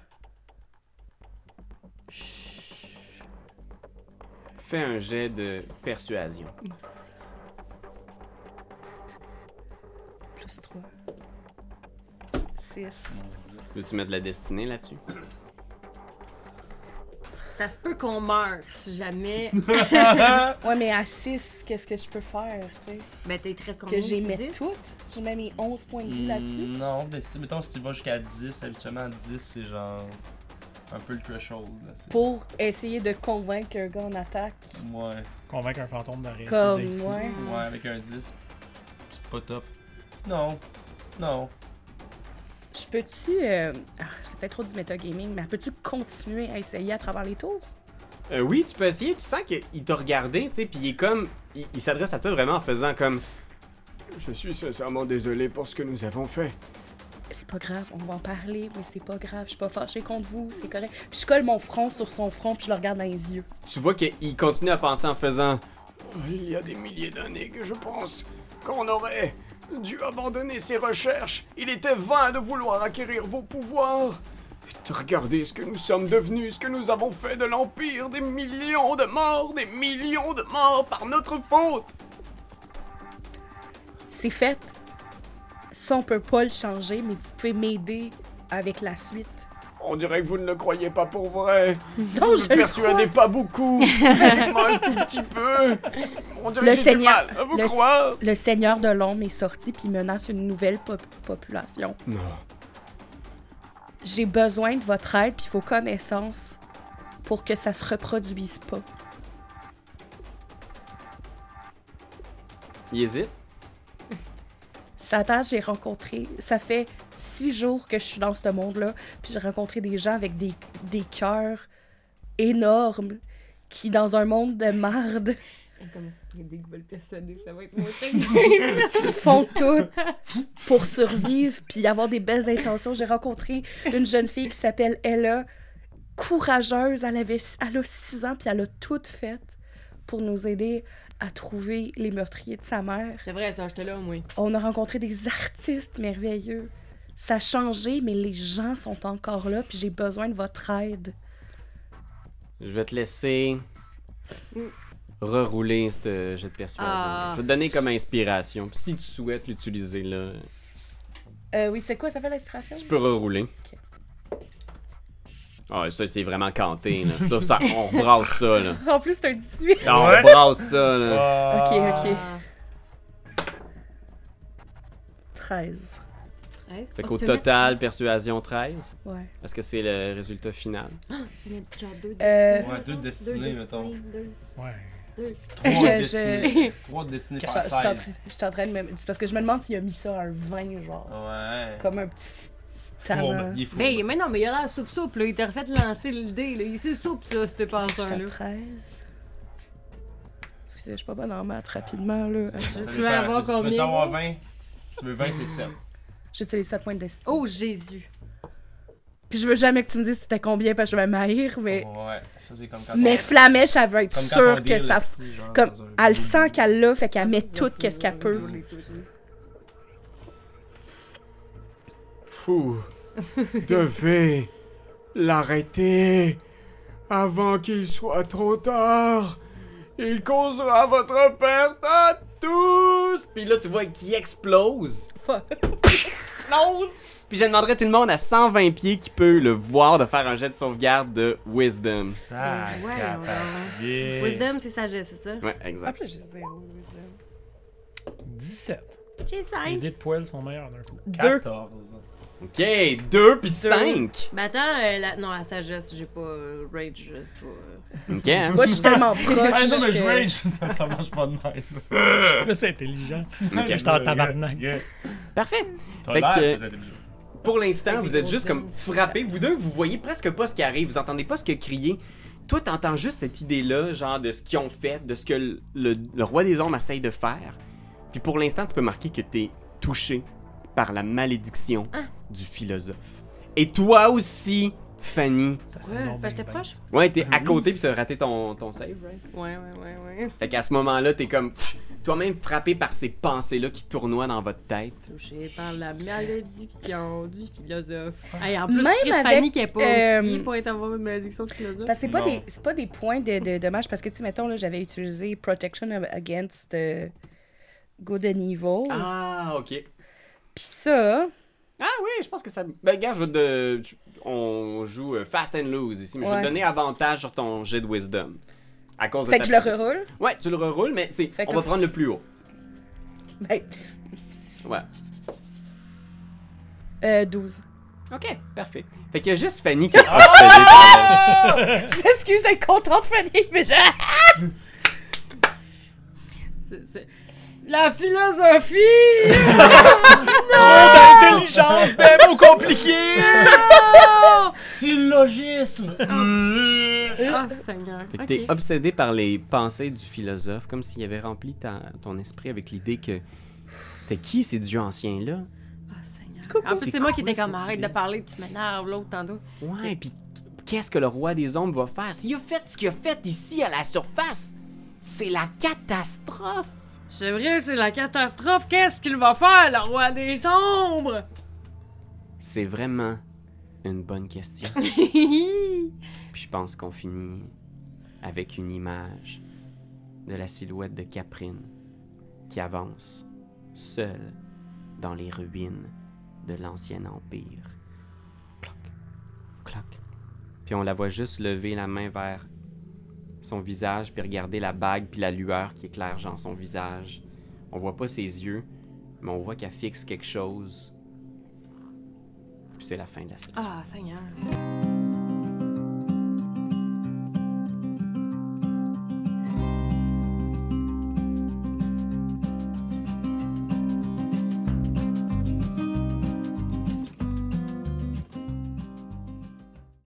Fais un jet de persuasion. Plus 3. 6. Veux-tu mettre de la destinée là-dessus? Ça se peut qu'on meure si jamais. Ouais, mais à 6, qu'est-ce que je peux faire, tu sais? ben, t'es très Que j'ai mis mis toutes. J'ai même mis 11 points de vie là-dessus. Mm, Non, mais si, mettons, si tu vas jusqu'à 10, habituellement, à 10, c'est genre. Un peu le threshold. Là. c'est- Pour essayer de convaincre un gars en attaque. Ouais. Convaincre un fantôme d'arrêter. Comme d'être fou. moi. Ouais, avec un 10. C'est pas top. Non. Non. Je peux-tu. euh, ah, c'est peut-être trop du metagaming, mais peux-tu continuer à essayer à travers les tours? Euh, oui, tu peux essayer. Tu sens qu'il t'a regardé, tu sais, puis il est comme. Il, il s'adresse à toi vraiment en faisant comme. Je suis sincèrement désolé pour ce que nous avons fait. C'est pas grave, on va en parler, mais c'est pas grave, je suis pas fâchée contre vous, c'est correct. Puis je colle mon front sur son front, puis je le regarde dans les yeux. Tu vois qu'il continue à penser en faisant. Il y a des milliers d'années que je pense qu'on aurait dû abandonner ces recherches. Il était vain de vouloir acquérir vos pouvoirs. Regardez ce que nous sommes devenus, ce que nous avons fait de l'Empire, des millions de morts, des millions de morts par notre faute. C'est fait. Ça, on peut pas le changer, mais vous pouvez m'aider avec la suite. On dirait que vous ne le croyez pas pour vrai. Non, Oh, je le crois. pas beaucoup. Dites-moi un tout petit peu. On dirait Le que j'ai du Seigneur- mal à vous le- croire. Le Seigneur de l'Homme est sorti, puis menace une nouvelle pop- population. Non. J'ai besoin de votre aide, puis il faut connaissance pour que ça se reproduise pas. Il hésite. Satan, j'ai rencontré, ça fait six jours que je suis dans ce monde-là, puis j'ai rencontré des gens avec des, des cœurs énormes qui, dans un monde de marde, Comme ça, dès qu'ils veulent persuader, ça va être mon check. font tout pour survivre puis avoir des belles intentions. J'ai rencontré une jeune fille qui s'appelle Ella, courageuse. Elle, avait, elle a 6 ans puis elle a tout fait pour nous aider à trouver les meurtriers de sa mère. C'est vrai, ça, j'étais là, moi. On a rencontré des artistes merveilleux. Ça a changé, mais les gens sont encore là puis j'ai besoin de votre aide. Je vais te laisser rerouler ce jet de persuasion. Ah. Je vais te donner comme inspiration. Puis Si tu souhaites l'utiliser, là, Euh, oui, c'est quoi? Ça fait l'inspiration? tu peux rerouler. Ah, ça, c'est vraiment canté, là. Ça, ça, on brasse ça, là. En plus, c'est un 18. Ah, on brasse ça, là. Ok, Ah. ok. 13. Fait qu'au total, persuasion 13. Ouais. Est-ce que c'est le résultat final? Ah, Euh, Ouais, deux destinées, mettons. Ouais. Trois Je- destinées. Trois destinées Je par suis en- je 16. suis en- je suis en train de me. c'est parce que je me demande s'il a mis ça à un 20, genre. Ouais. Comme un petit. Fourbe. Tannant. Il est fou. Mais, mais non, mais il a l'air soupe-soupe, là. Il t'a refait lancer l'idée, là. Il s'est soupe, ça, ce J'étais à penseur-là. 13. Excusez, je suis pas bonne en maths rapidement, là. Ça Tu veux dépend. avoir Si Tu veux combien? avoir 20? Si tu veux 20, c'est 7. J'utilise 7 points de destin. Oh, Jésus. Puis je veux jamais que tu me dises c'était combien parce que je vais m'haïr, mais. Ouais, ça c'est comme quand Mais Flamèche, elle veut être comme quand on sûre que deal, ça. esti, genre, Comme, dans un- elle sent qu'elle l'a, fait qu'elle met tout qu'est-ce qu'elle peut. Vous devez l'arrêter. Avant qu'il soit trop tard, il causera votre perte à tous! Puis là, tu vois qu'il explose. Close! Puis je demanderais à tout le monde à 120 pieds qui peut le voir de faire un jet de sauvegarde de Wisdom. Ça, Ouais, ouais, Ah, capable. Yeah. Wisdom, c'est sagesse, c'est ça? Ouais, exact. Après, j'ai zéro wisdom. 17. J'ai Les 5. dés de poils sont meilleurs d'un coup. 14. Ok, 2 puis 5. Mais attends, euh, la... non, la sagesse, j'ai pas euh, rage, juste pas. euh. Ok, hein? Moi, je suis tellement proche. Ah non, mais je que- rage! Ça marche pas de même. Là, c'est intelligent. Ok. J'étais en tabarnak. Yeah. Parfait. T'as Fait l'air que- très intelligent. Pour l'instant, vous êtes juste comme Wisdom. frappés. Vous deux, vous voyez presque pas ce qui arrive. Vous entendez pas ce que crier. Toi, t'entends juste cette idée-là, genre de ce qu'ils ont fait, de ce que le, le- le roi des hommes essaye de faire. Puis pour l'instant, tu peux marquer que t'es touché par la malédiction du philosophe. Et toi aussi, Fanny. Ça Ouais, donc parce que bien j'étais baisse. Ouais, t'es à côté puis t'as raté ton, ton save, right? Ouais, ouais, ouais, ouais. Fait qu'à ce moment-là, t'es comme pff, toi-même frappé par ces pensées-là qui tournoient dans votre tête. Touché par la malédiction du philosophe. Hey, en plus, Même Chris avec, Fanny qui est pas euh, outillée pour être avoir une malédiction de philosophe. Parce que c'est pas, Non. des, c'est pas des points de, de dommage. Parce que, tu sais, mettons, là, j'avais utilisé Protection Against euh, Go de niveau. Ah, ok. Puis ça, Ah oui, je pense que ça. Ben, regarde, je vais te- tu- On joue euh, Fast and Lose ici, mais je vais Ouais. te donner avantage sur ton jet de Wisdom. À cause de fait ta que je le prédilection. reroule. Ouais, tu le reroules, mais c'est. Fait on que- va prendre le plus haut. Ben, Ouais. euh, 12. Ok, parfait. Fait qu'il y a juste Fanny qui est obsédée par Je m'excuse d'être contente, Fanny, mais j'ai... C'est- c'est- La philosophie! Intelligence, Oh, des mots compliqués! Syllogisme! oh, Ah. Seigneur. Euh. Fait que Ok. t'es obsédé par les pensées du philosophe, comme s'il avait rempli ta- ton esprit avec l'idée que. C'était qui ces dieux anciens-là? Oh, Seigneur. Coucou. En plus, C'est c'est moi qui quoi étais comme cette arrête idée? de parler, tu m'énerves l'autre tantôt. Ouais, puis qu'est-ce que le roi des ombres va faire? S'il a fait ce qu'il a fait ici à la surface, c'est la catastrophe! C'est vrai, c'est la catastrophe. Qu'est-ce qu'il va faire, le roi des ombres? C'est vraiment une bonne question. Hé Puis je pense qu'on finit avec une image de la silhouette de Caprine qui avance seule dans les ruines de l'ancien empire. Cloc, cloc. Puis on la voit juste lever la main vers son visage, puis regarder la bague, puis la lueur qui éclaire dans son visage. On voit pas ses yeux, mais on voit qu'elle fixe quelque chose. Puis c'est la fin de la session. Ah, Seigneur.